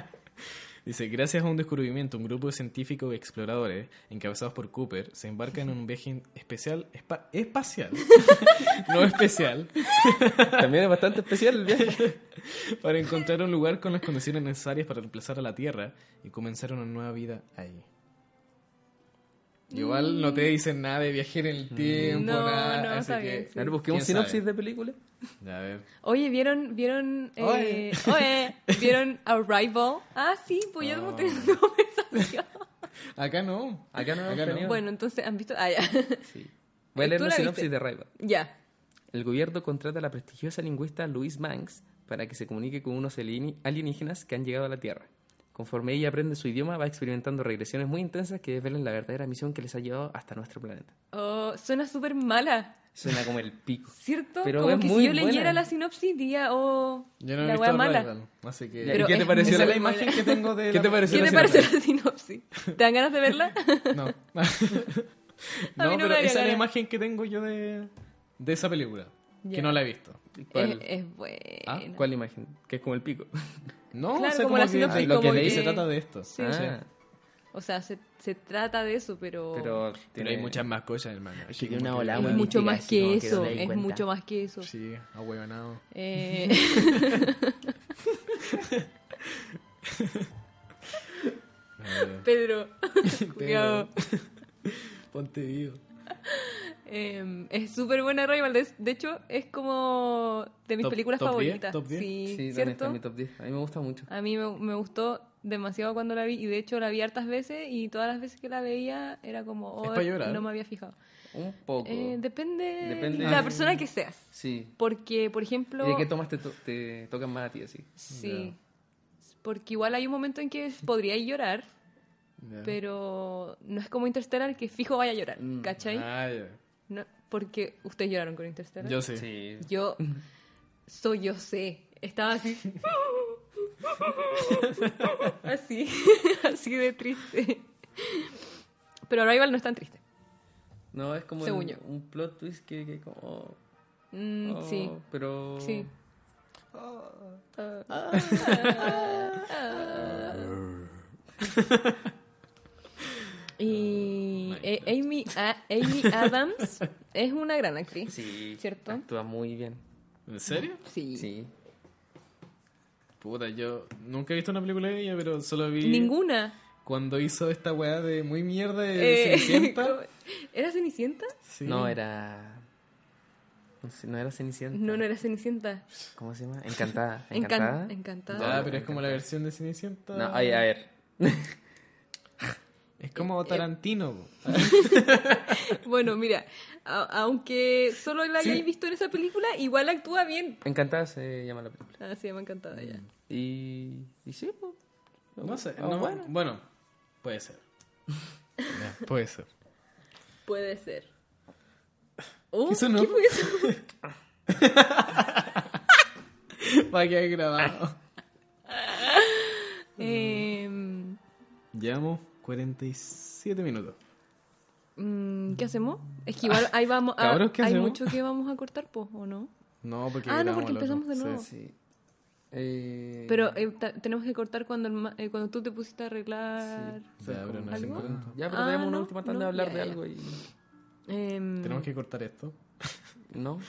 Speaker 3: Dice, gracias a un descubrimiento, un grupo de científicos y exploradores, encabezados por Cooper, se embarca en un viaje especial, espa- espacial, no especial,
Speaker 4: También es bastante especial el viaje.
Speaker 3: para encontrar un lugar con las condiciones necesarias para reemplazar a la Tierra y comenzar una nueva vida ahí. Igual no te dicen nada de viaje en el tiempo,
Speaker 2: Mm. No,
Speaker 3: nada,
Speaker 2: no,
Speaker 3: así
Speaker 2: está
Speaker 3: que...
Speaker 2: bien, sí.
Speaker 4: A ver, busquemos
Speaker 3: ¿quién
Speaker 4: sinopsis
Speaker 3: sabe?
Speaker 4: de película.
Speaker 3: Ya, a ver.
Speaker 2: Oye, ¿vieron, vieron,
Speaker 3: Oye.
Speaker 2: eh, oye, ¿vieron Arrival? Ah, sí, pues yo
Speaker 3: Ah.
Speaker 2: no tengo conversación.
Speaker 3: Acá no.
Speaker 4: Acá no hemos tenido.
Speaker 2: Bueno, entonces, ¿han visto? Ah, ya.
Speaker 4: Sí. Voy a
Speaker 2: Eh, ¿Tú
Speaker 4: leer la,
Speaker 2: la
Speaker 4: sinopsis
Speaker 2: viste?
Speaker 4: de Raiva.
Speaker 2: ya.
Speaker 4: El gobierno contrata a la prestigiosa lingüista Louise Banks para que se comunique con unos alieni- alienígenas que han llegado a la Tierra. Conforme ella aprende su idioma, va experimentando regresiones muy intensas que desvelan la verdadera misión que les ha llevado hasta nuestro planeta.
Speaker 2: Oh, suena súper mala.
Speaker 4: Suena como el pico.
Speaker 2: ¿Cierto?
Speaker 4: Pero
Speaker 2: Como
Speaker 4: es
Speaker 2: que
Speaker 4: muy
Speaker 2: si yo leyera
Speaker 4: buena.
Speaker 2: la sinopsis diría, oh,
Speaker 3: Yo no he
Speaker 2: la
Speaker 3: visto
Speaker 2: wea mala.
Speaker 3: Arrival, así que...
Speaker 4: Ya,
Speaker 2: Pero
Speaker 4: ¿Y qué te
Speaker 2: es
Speaker 4: pareció
Speaker 3: Esa
Speaker 4: la
Speaker 3: es la
Speaker 2: muy
Speaker 3: imagen
Speaker 2: buena.
Speaker 3: que tengo de...
Speaker 4: ¿Qué
Speaker 3: la-
Speaker 4: te pareció
Speaker 2: ¿Qué te parece la sinopsis? ¿Te dan ganas de verla? no
Speaker 3: No. no,
Speaker 2: me
Speaker 3: pero
Speaker 2: daría
Speaker 3: esa es la
Speaker 2: ganas.
Speaker 3: imagen que tengo yo de, de esa película.
Speaker 2: Ya.
Speaker 3: Que no la he visto.
Speaker 2: es,
Speaker 4: ¿Cuál?
Speaker 2: es buena.
Speaker 4: Ah, ¿Cuál imagen? Que es como el pico.
Speaker 3: No,
Speaker 2: Claro,
Speaker 3: o sea,
Speaker 2: como
Speaker 3: como,
Speaker 2: la
Speaker 3: que
Speaker 2: sinopsis,
Speaker 3: de lo
Speaker 2: como
Speaker 3: que leí
Speaker 2: que-
Speaker 3: se trata de esto.
Speaker 2: Sí.
Speaker 4: Ah,
Speaker 3: Sí.
Speaker 2: O sea, se, se trata de eso, pero,
Speaker 4: Pero,
Speaker 3: Pero
Speaker 4: tiene-
Speaker 3: hay muchas más cosas, hermano.
Speaker 4: Es
Speaker 3: Así
Speaker 4: que tiene
Speaker 3: como que-
Speaker 4: una volada
Speaker 2: es
Speaker 4: muy
Speaker 2: mucho
Speaker 4: mítica,
Speaker 2: más
Speaker 4: así como
Speaker 2: que
Speaker 4: que no
Speaker 2: eso.
Speaker 4: me di
Speaker 2: es
Speaker 4: cuenta.
Speaker 2: mucho más que eso.
Speaker 3: Sí, ahueonado.
Speaker 2: Eh,
Speaker 3: Eh,
Speaker 2: Pedro, cuidado.
Speaker 3: Ponte vivo.
Speaker 2: Eh, es súper buena Rival. De, de hecho, es como de mis
Speaker 3: Top-
Speaker 2: películas
Speaker 3: top diez,
Speaker 2: favoritas.
Speaker 3: top diez.
Speaker 2: Sí,
Speaker 4: Sí, también está
Speaker 2: ¿cierto?
Speaker 4: en mi top 10. A mí me gusta mucho.
Speaker 2: A mí me, me gustó demasiado cuando la vi y de hecho la vi hartas veces y todas las veces que la veía era como,
Speaker 3: Es
Speaker 2: oh,
Speaker 3: pa' llorar.
Speaker 2: no me había fijado.
Speaker 4: Un poco.
Speaker 2: Eh, depende,
Speaker 4: Depende.
Speaker 2: de la persona que seas.
Speaker 4: Sí.
Speaker 2: Porque, por ejemplo...
Speaker 4: ¿Y de qué tomas te, to- te tocan más a ti así?
Speaker 2: Sí. Porque igual hay un momento en que podría llorar,
Speaker 3: Ya.
Speaker 2: pero no es como Interstellar que fijo vaya a llorar,
Speaker 4: Mm.
Speaker 2: ¿cachai?
Speaker 3: Ah, ya.
Speaker 2: No, porque ustedes lloraron con Interstellar.
Speaker 3: Yo sí.
Speaker 4: Sí.
Speaker 2: Yo soy yo sé. Estaba así. así, así de triste. Pero Rival no es tan triste.
Speaker 4: No, es como
Speaker 2: Según
Speaker 4: el-
Speaker 2: yo.
Speaker 4: un plot twist que, que como... oh,
Speaker 2: Mm,
Speaker 4: oh,
Speaker 2: Sí.
Speaker 4: Pero...
Speaker 2: Sí. Y eh, Amy, A- Amy Adams es una gran actriz.
Speaker 4: Sí.
Speaker 2: ¿Cierto?
Speaker 4: Actúa muy bien.
Speaker 3: ¿En serio?
Speaker 2: Sí.
Speaker 4: Sí.
Speaker 3: Puta, yo nunca he visto una película de ella, pero solo vi...
Speaker 2: Ninguna.
Speaker 3: Cuando hizo esta weá de muy mierda de
Speaker 2: Eh,
Speaker 3: Cenicienta.
Speaker 2: ¿Era Cenicienta?
Speaker 3: Sí.
Speaker 4: No, era... No, sé, no era Cenicienta.
Speaker 2: No, no era Cenicienta.
Speaker 4: ¿Cómo se llama? Encantada.
Speaker 2: Encan-
Speaker 4: Encantada.
Speaker 2: Encantada.
Speaker 3: Ya, Ah, pero es como la versión de Cenicienta.
Speaker 4: No, ay, a ver.
Speaker 3: Es como
Speaker 2: Eh,
Speaker 3: Tarantino. po.
Speaker 2: Bueno, mira, a- aunque solo la
Speaker 3: Sí.
Speaker 2: hayáis visto en esa película, igual actúa bien.
Speaker 4: Encantada se llama la película.
Speaker 2: Ah, sí, me encantada ya.
Speaker 4: Mm. Y... Y sí, pues,
Speaker 3: No sé,
Speaker 4: ah,
Speaker 3: no, bueno.
Speaker 4: bueno.
Speaker 3: puede ser. Ya, puede ser.
Speaker 2: Puede ser. Oh,
Speaker 3: Eso no.
Speaker 2: ¿Qué fue eso?
Speaker 3: Va a quedar grabado.
Speaker 2: Em,
Speaker 3: Llevamos 47 minutos.
Speaker 2: mm, ¿Qué hacemos? Es que igual ahí vamos a,
Speaker 3: Ah, Cabros, ¿qué
Speaker 2: hay
Speaker 3: hacemos?
Speaker 2: mucho que vamos a cortar, po, ¿o no?
Speaker 3: No, porque.
Speaker 2: Ah, no,
Speaker 3: grabamos
Speaker 2: porque
Speaker 3: el otro.
Speaker 2: empezamos de nuevo.
Speaker 4: Sí. Eh,
Speaker 2: Pero eh, ta- tenemos que cortar cuando, el ma- eh, cuando tú te pusiste a arreglar.
Speaker 3: Sí, ya, pero no es
Speaker 2: ¿Algo?
Speaker 3: importante.
Speaker 4: Ya, pero
Speaker 2: Ah,
Speaker 4: tenemos una
Speaker 2: no,
Speaker 4: última tanda
Speaker 2: no,
Speaker 4: de hablar
Speaker 2: ya,
Speaker 4: de
Speaker 2: ya.
Speaker 4: algo y...
Speaker 2: Em,
Speaker 3: Tenemos que cortar esto.
Speaker 4: ¿No?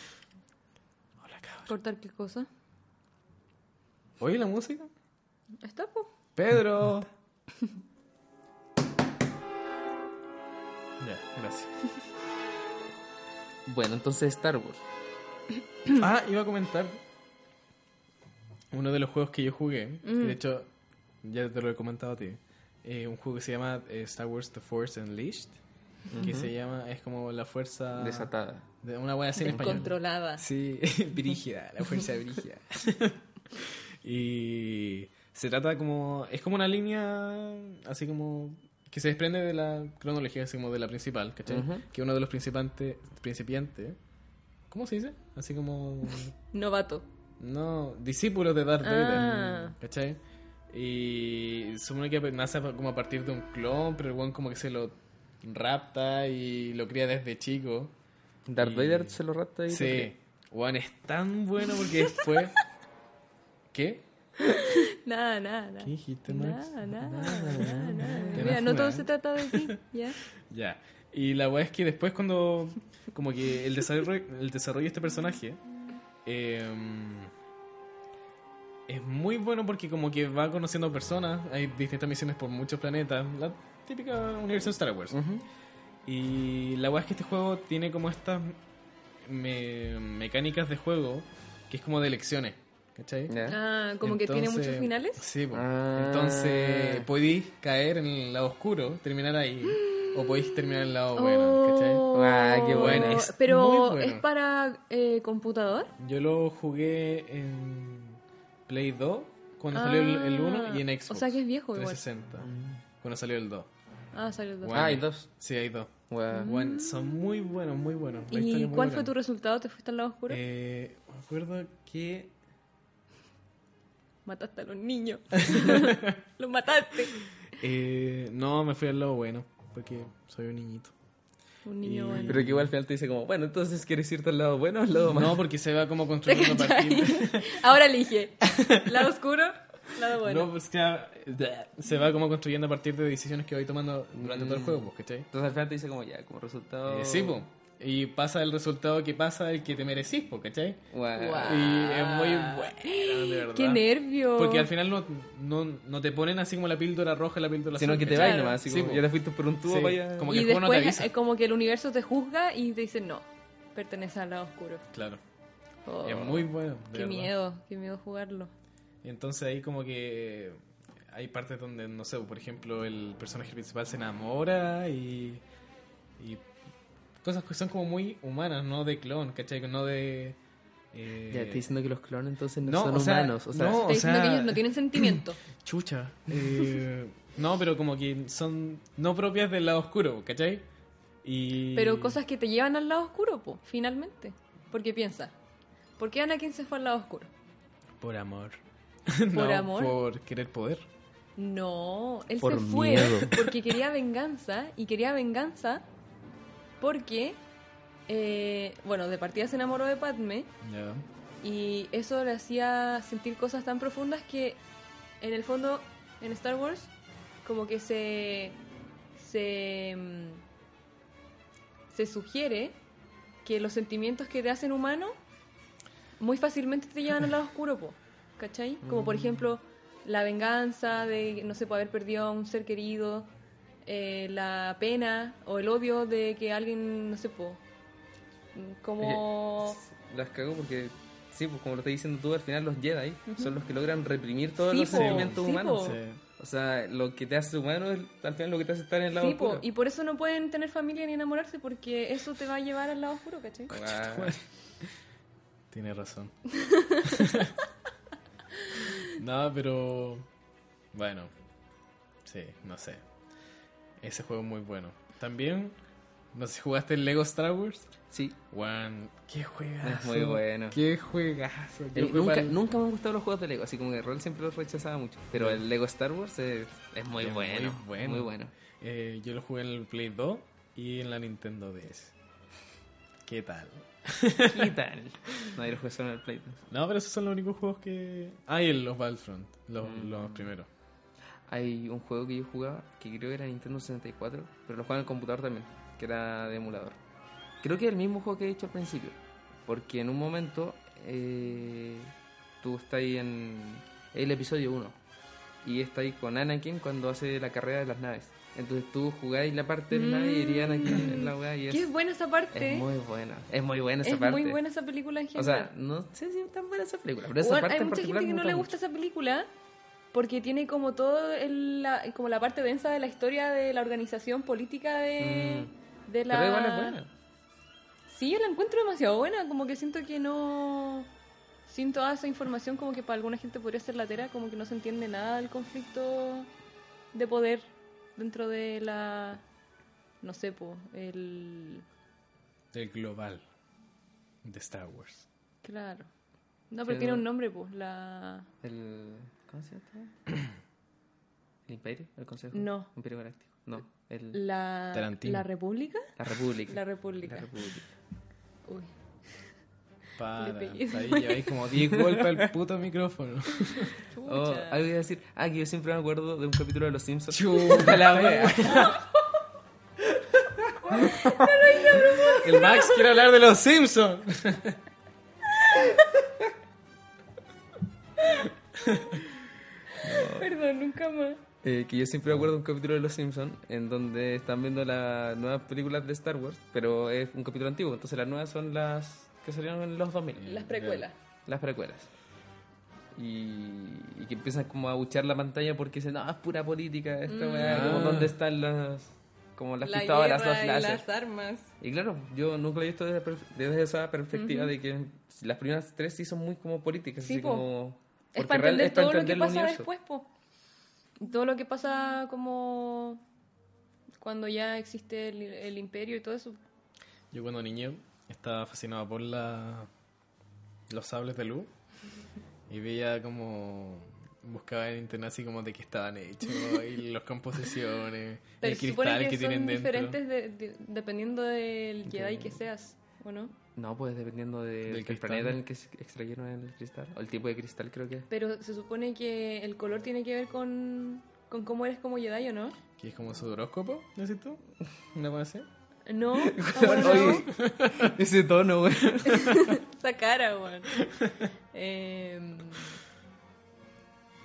Speaker 2: ¿Cortar qué cosa?
Speaker 3: ¿Oye la música?
Speaker 2: Está, po.
Speaker 3: ¡Pedro! ya, gracias.
Speaker 4: Bueno, entonces Star Wars.
Speaker 3: Ah, iba a comentar uno de los juegos que yo jugué. que de hecho, ya te lo he comentado a ti. eh, un juego que se llama eh, Star Wars The Force Unleashed. Que se llama, es como la fuerza.
Speaker 4: Desatada.
Speaker 3: De una wea así en español.
Speaker 2: Descontrolada.
Speaker 3: Sí, brígida, la fuerza brígida. y se trata como. Es como una línea así como. que se desprende de la cronología, así como de la principal, ¿cachai?
Speaker 4: Ujú.
Speaker 3: Que uno de los principiantes. principiantes. ¿Cómo se dice? Así como.
Speaker 2: Novato.
Speaker 3: No, discípulos de Darth Vader.
Speaker 2: Ah.
Speaker 3: ¿Cachai? Y supone que nace como a partir de un clon, pero el weón como que se lo rapta y lo cría desde chico.
Speaker 4: Darth
Speaker 3: Y-
Speaker 4: Vader se lo rapta y...
Speaker 3: Sí, weón, es tan bueno porque después. ¿Qué?
Speaker 2: Nada, nada, nada.
Speaker 3: ¿Qué dijiste, Max?
Speaker 2: Nada, nada, nada, nada.
Speaker 3: Te
Speaker 2: Mira,
Speaker 3: vas
Speaker 2: no
Speaker 3: fuera.
Speaker 2: todo se trata de ti, ¿ya?
Speaker 3: ¿eh? Ya. Y la weá es que después cuando. Como que el desarrollo, el desarrollo de este personaje. em, es muy bueno porque como que va conociendo personas. Hay distintas misiones por muchos planetas. La típica universo de Star Wars.
Speaker 4: Ujú.
Speaker 3: Y la weá es que este juego tiene como estas me- mecánicas de juego. Que es como de elecciones. ¿Cachai?
Speaker 4: Ya.
Speaker 2: Ah, como que tiene
Speaker 3: Entonces-
Speaker 2: muchos finales.
Speaker 3: Sí, po.
Speaker 4: Ah.
Speaker 3: entonces podéis caer en el lado oscuro, terminar ahí, o podéis terminar en el lado bueno, ¿cachai?
Speaker 2: Oh,
Speaker 4: Ah, qué bueno,
Speaker 3: es
Speaker 2: Pero
Speaker 3: muy bueno.
Speaker 2: es para eh, computador.
Speaker 3: Yo lo jugué en Play 2 cuando
Speaker 2: Ah,
Speaker 3: salió el- el 1 y en
Speaker 2: o
Speaker 3: Xbox.
Speaker 2: sea que es viejo igual.
Speaker 3: 360. Cuando salió el 2.
Speaker 2: Ah, salió el dos.
Speaker 3: Bueno.
Speaker 4: Ah, hay dos.
Speaker 3: Sí, hay dos.
Speaker 4: Weá.
Speaker 2: Mm.
Speaker 3: Bueno, son muy buenos, muy buenos. La historia
Speaker 2: ¿Y
Speaker 3: es muy
Speaker 2: cuál fue
Speaker 3: bacán.
Speaker 2: tu resultado? ¿Te fuiste al lado oscuro?
Speaker 3: Eh, me acuerdo que
Speaker 2: Mataste a los niños. los mataste.
Speaker 3: eh, no me fui al lado bueno porque soy un niñito.
Speaker 2: Un niño
Speaker 3: Y-
Speaker 2: bueno.
Speaker 4: Pero que igual al final te dice como, bueno, entonces quieres irte al lado bueno o al lado malo.
Speaker 3: No, porque se va como
Speaker 2: ¿Te
Speaker 3: construyendo a
Speaker 2: cachai?
Speaker 3: partir de-
Speaker 2: Ahora elige. Lado oscuro, lado bueno.
Speaker 3: No, pues, claro, se va como construyendo a partir de decisiones que voy tomando durante todo el
Speaker 2: Mm.
Speaker 3: juego, pues, ¿cachai?
Speaker 4: Entonces al final te dice como, ya, como resultado...
Speaker 2: Oh.
Speaker 3: Eh, sí, pues. Y pasa el resultado que pasa, el que te merecís, pues, ¿cachai?
Speaker 4: Guau.
Speaker 2: Guau.
Speaker 3: Y es muy bueno, de verdad.
Speaker 2: Qué nervio.
Speaker 3: Porque al final no, no, no te ponen así como la píldora roja y la píldora azul.
Speaker 4: Sino que te
Speaker 3: ¿cachai?
Speaker 4: va nomás, así
Speaker 3: Sí, pues.
Speaker 4: como,
Speaker 3: po.
Speaker 4: ya te fuiste por un tubo
Speaker 3: Sí,
Speaker 4: para allá.
Speaker 3: como-
Speaker 2: y
Speaker 3: que el juego no te
Speaker 2: después
Speaker 3: avisa.
Speaker 2: eh, como que el universo te juzga y te dice no, perteneces al lado oscuro.
Speaker 3: Claro.
Speaker 2: Oh,
Speaker 3: Es muy bueno. de
Speaker 2: Qué
Speaker 3: verdad.
Speaker 2: miedo, qué miedo jugarlo.
Speaker 3: Y entonces ahí como que hay partes donde, no sé, por ejemplo, el personaje principal se enamora y, y cosas que son como muy humanas, no de clon, ¿cachai? No de... eh,
Speaker 4: Ya, te diciendo que los clones entonces no,
Speaker 3: no,
Speaker 4: son
Speaker 3: o sea,
Speaker 4: humanos. O sea,
Speaker 3: no.
Speaker 2: Te
Speaker 3: O
Speaker 2: diciendo que
Speaker 3: sea-
Speaker 2: ellos no tienen sentimiento.
Speaker 3: Chucha. Eh, no, pero como que son no propias del lado oscuro, ¿cachai? Y...
Speaker 2: Pero cosas que te llevan al lado oscuro, po, finalmente. Porque piensa, ¿por qué Anakin se fue al lado oscuro?
Speaker 3: Por amor.
Speaker 2: ¿Por amor?
Speaker 3: Por querer poder.
Speaker 2: No, él
Speaker 4: Por
Speaker 2: se fue
Speaker 4: miedo.
Speaker 2: porque quería venganza y quería venganza porque, eh, bueno, de partida se enamoró de Padme
Speaker 3: Ya.
Speaker 2: y eso le hacía sentir cosas tan profundas que en el fondo en Star Wars como que se se mm, se sugiere que los sentimientos que te hacen humano muy fácilmente te llevan al lado oscuro, po, ¿cachai? Como por ejemplo la venganza de, no sé, po, haber perdido a un ser querido, eh, la pena o el odio de que alguien, no sé, po, mm, como...
Speaker 4: Eh, las cago porque, sí, pues como lo estás diciendo tú, al final los Jedi son los que logran reprimir todos
Speaker 2: Sí,
Speaker 4: los
Speaker 2: po,
Speaker 4: sentimientos
Speaker 2: sí,
Speaker 4: humanos.
Speaker 2: po.
Speaker 3: Sí.
Speaker 4: O sea, lo que te hace humano es al final lo que te hace estar en el lado
Speaker 2: Sí, po,
Speaker 4: oscuro.
Speaker 2: y por eso no pueden tener familia ni enamorarse, porque eso te va a llevar al lado oscuro, ¿cachai?
Speaker 4: Guau.
Speaker 3: Tiene razón. no, pero. Bueno. Sí, no sé. Ese juego es muy bueno. También, no sé si jugaste el Lego Star Wars.
Speaker 4: Sí.
Speaker 3: Juan, qué juegazo.
Speaker 4: Es muy bueno.
Speaker 3: Qué juegazo.
Speaker 4: Eh,
Speaker 3: Yo fui
Speaker 4: nunca,
Speaker 3: pa'l-
Speaker 4: nunca me han gustado los juegos de Lego, así como que rol siempre los rechazaba mucho. Pero el Lego Star Wars es, es muy,
Speaker 3: Es muy
Speaker 4: bueno, muy bueno.
Speaker 3: bueno. Eh, yo lo jugué en el Play 2 y en la Nintendo DS. ¿Qué tal?
Speaker 4: ¿Qué tal? Nadie lo juega solo en el Play. dos.
Speaker 3: No, pero esos son los únicos juegos que. Ah, y el- los Battlefront. Los,
Speaker 4: Mm.
Speaker 3: los primeros.
Speaker 4: Hay un juego que yo jugaba, que creo que era Nintendo 64, pero lo jugaba en el computador también, que era de emulador. Creo que es el mismo juego que he hecho al principio, porque en un momento eh, tú estás ahí en el episodio 1 y estás ahí con Anakin cuando hace la carrera de las naves. Entonces tú jugáis la parte de la nave y iría Anakin en la weá y
Speaker 2: Mm. Qué
Speaker 4: es,
Speaker 2: es buena esa parte.
Speaker 4: es muy buena. Es muy buena esa
Speaker 2: Es
Speaker 4: parte.
Speaker 2: muy buena esa película en
Speaker 4: O
Speaker 2: general.
Speaker 4: sea, no sé si es tan buena esa película, pero esa
Speaker 2: Bueno,
Speaker 4: parte
Speaker 2: hay
Speaker 4: en
Speaker 2: mucha
Speaker 4: particular
Speaker 2: gente que
Speaker 4: me
Speaker 2: no le
Speaker 4: mucho.
Speaker 2: gusta esa película porque tiene como todo el- la, como la parte densa de la historia de la organización política de, de la...
Speaker 4: Mm. Pero igual es buena.
Speaker 2: Sí, yo la encuentro demasiado buena, como que siento que no... Sin toda esa información, como que para alguna gente podría ser latera, como que no se entiende nada del conflicto de poder dentro de la... No sé, po, el...
Speaker 3: Del global. De Star Wars.
Speaker 2: Claro. No, pero
Speaker 4: Sí,
Speaker 2: tiene
Speaker 4: no.
Speaker 2: un nombre, pues, la...
Speaker 4: El. ¿Cómo se llama? esta weá? ¿El Imperio? ¿El Consejo?
Speaker 2: No.
Speaker 4: Imperio Galáctico. No. El,
Speaker 2: La...
Speaker 3: Tarantino.
Speaker 2: ¿La República?
Speaker 4: la República.
Speaker 2: La República.
Speaker 4: La República.
Speaker 2: Uy.
Speaker 3: Para.
Speaker 2: pegué.
Speaker 3: Ahí lleváis como 10 golpes al puto micrófono.
Speaker 4: Oh,
Speaker 2: Chucha.
Speaker 4: algo iba a decir. Ah, que yo siempre me acuerdo de un capítulo de Los Simpsons.
Speaker 3: Chuta
Speaker 4: la wea.
Speaker 3: El Max quiere hablar de los Simpsons.
Speaker 2: Perdón, nunca más.
Speaker 4: Eh, que yo siempre me acuerdo de un capítulo de Los Simpsons en donde están viendo las nuevas películas de Star Wars, pero es un capítulo antiguo. Entonces las nuevas son las que salieron en los 2000.
Speaker 2: Las precuelas.
Speaker 4: las precuelas. Y, y que empiezan como a buchar la pantalla porque dicen, no, es pura política esta weá, como
Speaker 3: Ah.
Speaker 4: dónde están las, como las
Speaker 2: Mm. La
Speaker 4: pistolas, los
Speaker 2: guerra y
Speaker 4: láser.
Speaker 2: las armas.
Speaker 4: Y claro, yo nunca lo he visto desde, per- desde esa perspectiva de que las primeras tres sí son muy como políticas,
Speaker 2: Sí,
Speaker 4: así
Speaker 2: po.
Speaker 4: como...
Speaker 2: Es
Speaker 4: porque
Speaker 2: para
Speaker 4: real-
Speaker 2: entender
Speaker 4: es para
Speaker 2: todo lo que
Speaker 4: entender el
Speaker 2: pasa
Speaker 4: universo.
Speaker 2: después, po. Todo lo que pasa como... cuando ya existe el, el imperio y todo eso.
Speaker 3: Yo cuando niño estaba fascinado por la, los sables de luz y veía como buscaba en internet así como de qué estaban hechos y las composiciones,
Speaker 2: Pero
Speaker 3: el
Speaker 2: se supone
Speaker 3: cristal
Speaker 2: que,
Speaker 3: que,
Speaker 2: son
Speaker 3: tienen dentro.
Speaker 2: diferentes de- de- dependiendo del Jedi que seas, ¿o no?
Speaker 4: No, pues dependiendo de-
Speaker 3: Del
Speaker 4: del
Speaker 3: cristal.
Speaker 4: planeta en el que se extrayeron el cristal, o el tipo de cristal creo que es.
Speaker 2: Pero se supone que el color tiene que ver con, con cómo eres como Jedi, ¿o no?
Speaker 3: Que es como su horóscopo, ¿no es cierto? ¿Una cosa así?
Speaker 2: No, amor, no.
Speaker 4: Oye, ese tono, güey.
Speaker 2: Esa cara, weón. Em,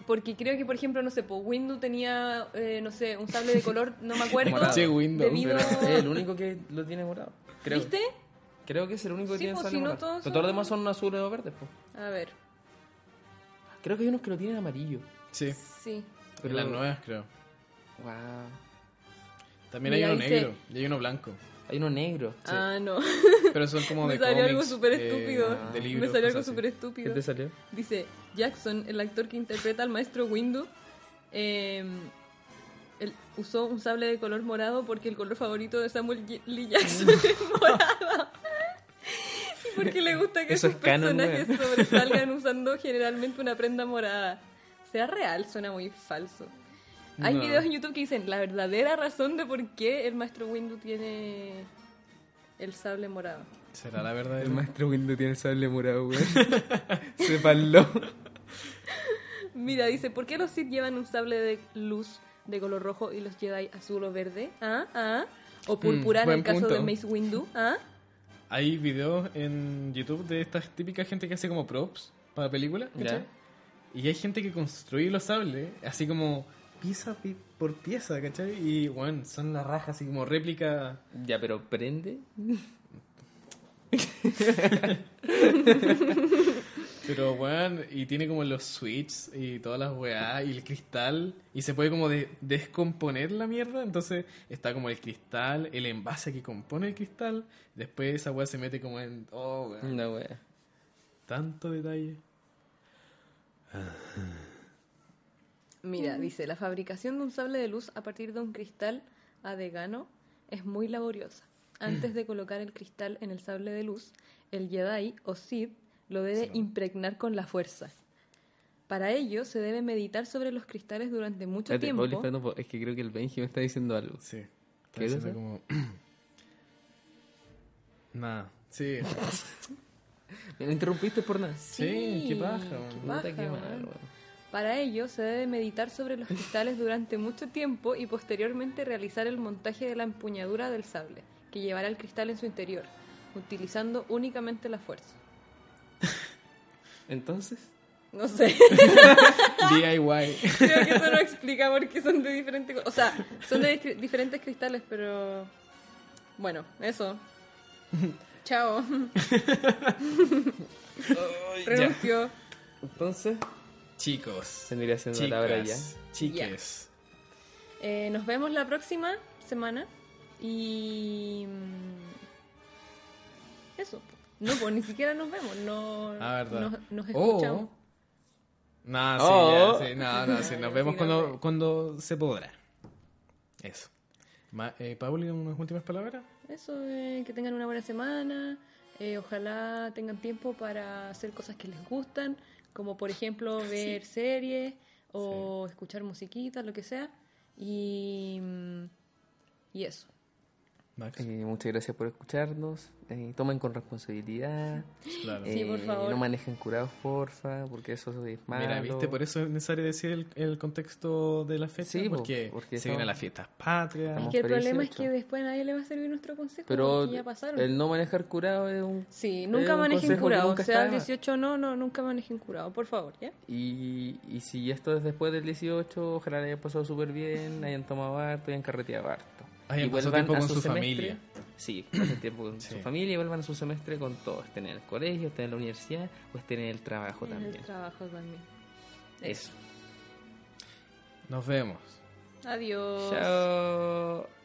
Speaker 2: porque creo que, por ejemplo, no sé, pues Windu tenía, eh, no sé, un sable de color, no me acuerdo.
Speaker 4: Morado.
Speaker 3: Che, Windows.
Speaker 2: debido-
Speaker 4: Pero es el único que lo tiene morado. Creo.
Speaker 2: ¿Viste?
Speaker 4: Creo que es el único que
Speaker 2: Sí,
Speaker 4: tiene
Speaker 2: pues, si
Speaker 4: sable
Speaker 2: no,
Speaker 4: morado.
Speaker 2: todos
Speaker 4: Pero
Speaker 2: son-
Speaker 4: todos los demás son azules o verdes, pues.
Speaker 2: A ver,
Speaker 4: Creo que hay unos que lo tienen amarillo.
Speaker 3: Sí,
Speaker 2: sí.
Speaker 3: pero
Speaker 4: Pero-
Speaker 3: las nuevas creo.
Speaker 4: Wow.
Speaker 3: También
Speaker 2: Mira,
Speaker 3: hay uno
Speaker 2: dice-
Speaker 3: negro y hay uno blanco.
Speaker 4: Hay uno negro.
Speaker 2: Ah, no.
Speaker 3: Pero son como
Speaker 2: Me
Speaker 3: de
Speaker 2: salió algo
Speaker 3: cómics,
Speaker 2: súper
Speaker 3: eh,
Speaker 2: estúpido.
Speaker 3: de
Speaker 2: Me
Speaker 3: libros,
Speaker 2: salió algo
Speaker 3: cosas así.
Speaker 2: súper estúpido.
Speaker 4: salió?
Speaker 2: Dice, Jackson, el actor que interpreta al maestro Windu, em, él usó un sable de color morado porque el color favorito de Samuel Ye- Lee
Speaker 4: Mm.
Speaker 2: Jackson es morado. y porque le gusta que
Speaker 4: Eso
Speaker 2: sus
Speaker 4: es canon,
Speaker 2: personajes sobresalgan usando generalmente una prenda morada. Sea real, suena muy falso. Hay
Speaker 3: No.
Speaker 2: videos en YouTube que dicen la verdadera razón de por qué el maestro Windu tiene el sable morado.
Speaker 3: Será la verdad.
Speaker 4: maestro Windows tiene sable morado, güey. Se paló.
Speaker 2: Mira, dice, ¿por qué los Sith llevan un sable de luz de color rojo y los Jedi azul o verde? ¿Ah? ¿Ah? ¿O púrpura en
Speaker 3: Mm,
Speaker 2: el
Speaker 3: buen
Speaker 2: caso de
Speaker 3: punto.
Speaker 2: Mace Windu? ¿Ah?
Speaker 3: Hay videos en YouTube de esta típica gente que hace como props para películas. ¿cachai?
Speaker 4: Ya.
Speaker 3: Y hay gente que construye los sables, así como pieza pi- por pieza, ¿cachai? Y bueno, son las rajas, así como réplica.
Speaker 4: Ya, pero prende.
Speaker 3: Pero bueno, y tiene como los switches y todas las weá y el cristal. Y se puede como de- descomponer la mierda. Entonces está como el cristal, el envase que compone el cristal. Después esa weá se mete como en. Oh, weá.
Speaker 4: No, güey.
Speaker 3: Tanto detalle.
Speaker 2: Mira, dice, la fabricación de un sable de luz a partir de un cristal adegano es muy laboriosa. Antes de colocar el cristal en el sable de luz, el Jedi o Sith lo debe impregnar con la fuerza. Para ello, se debe meditar sobre los cristales durante mucho
Speaker 4: Espérate,
Speaker 2: tiempo.
Speaker 4: Pauli, espérate un poco. es que creo que el Benji me está diciendo algo.
Speaker 3: Sí. Está
Speaker 4: ¿Qué
Speaker 3: diciendo
Speaker 4: cosa?
Speaker 3: como. Nada. Sí.
Speaker 4: ¿Me lo interrumpiste por nada?
Speaker 3: Sí, qué paja, man.
Speaker 2: qué
Speaker 4: Puta,
Speaker 2: paja,
Speaker 4: qué
Speaker 2: man.
Speaker 4: mal, güey.
Speaker 2: Para ello, se debe meditar sobre los cristales durante mucho tiempo y posteriormente realizar el montaje de la empuñadura del sable, que llevará el cristal en su interior, utilizando únicamente la fuerza.
Speaker 4: Entonces,
Speaker 2: No sé,
Speaker 3: DIY.
Speaker 2: creo que eso no explica porque son de diferentes... co- O sea, son de dif- diferentes cristales, pero... Bueno, eso. Chao. Renunció.
Speaker 4: entonces,
Speaker 3: Chicos.
Speaker 4: tendría siendo
Speaker 3: Chicas.
Speaker 4: la hora ya.
Speaker 3: Chiques.
Speaker 2: Eh, nos vemos la próxima semana y mm, eso. No, pues ni siquiera nos vemos, no
Speaker 3: Ah, verdad.
Speaker 2: Nos, nos
Speaker 3: Oh.
Speaker 2: escuchamos.
Speaker 3: Nah,
Speaker 4: Oh.
Speaker 3: sí, ya, sí, no, no, sí, nos vemos
Speaker 2: Sí,
Speaker 3: cuando,
Speaker 2: no sé.
Speaker 3: cuando se podrá. Eso. Ma, eh, Pauli, unas últimas palabras.
Speaker 2: Eso, eh, que tengan una buena semana, eh, ojalá tengan tiempo para hacer cosas que les gustan, como por ejemplo ver series o escuchar musiquita, lo que sea, y, mm, y eso.
Speaker 3: Max,
Speaker 4: Eh, muchas gracias por escucharnos. Eh, tomen con responsabilidad.
Speaker 3: claro.
Speaker 2: Sí,
Speaker 4: Eh,
Speaker 2: por favor.
Speaker 4: No manejen curados, porfa, porque eso es malo.
Speaker 3: Mira, viste, por eso es necesario decir el, el contexto de la fecha.
Speaker 4: Sí, po,
Speaker 3: porque,
Speaker 4: porque
Speaker 3: se vienen
Speaker 4: estamos-
Speaker 3: las fiestas patrias.
Speaker 2: Es
Speaker 4: Estamos
Speaker 2: que el
Speaker 4: felices,
Speaker 2: problema es
Speaker 4: chao.
Speaker 2: que después a nadie le va a servir nuestro consejo
Speaker 4: Pero
Speaker 2: porque ya pasaron.
Speaker 4: el no manejar curado es un...
Speaker 2: Sí,
Speaker 4: es
Speaker 2: nunca
Speaker 4: un
Speaker 2: manejen
Speaker 4: consejo que
Speaker 2: curado.
Speaker 4: nunca
Speaker 2: sea
Speaker 4: está de más.
Speaker 2: 18 o no, no, nunca manejen curado, por favor, ¿ya?
Speaker 4: Y, y si esto es después del 18, ojalá le hayan pasado súper bien, hayan tomado harto, hayan carreteado harto.
Speaker 3: Hayan
Speaker 4: Y
Speaker 3: pasado
Speaker 4: vuelvan
Speaker 3: tiempo
Speaker 4: a
Speaker 3: con su
Speaker 4: semestre-
Speaker 3: familia.
Speaker 4: Sí, pasen tiempo con
Speaker 3: Sí.
Speaker 4: su familia y vuelvan a su semestre con todo. Estén en el colegio, estén en la universidad o estén en el trabajo
Speaker 2: En
Speaker 4: también.
Speaker 2: el trabajo también.
Speaker 4: Eso.
Speaker 3: Nos vemos.
Speaker 2: Adiós.
Speaker 4: Chao.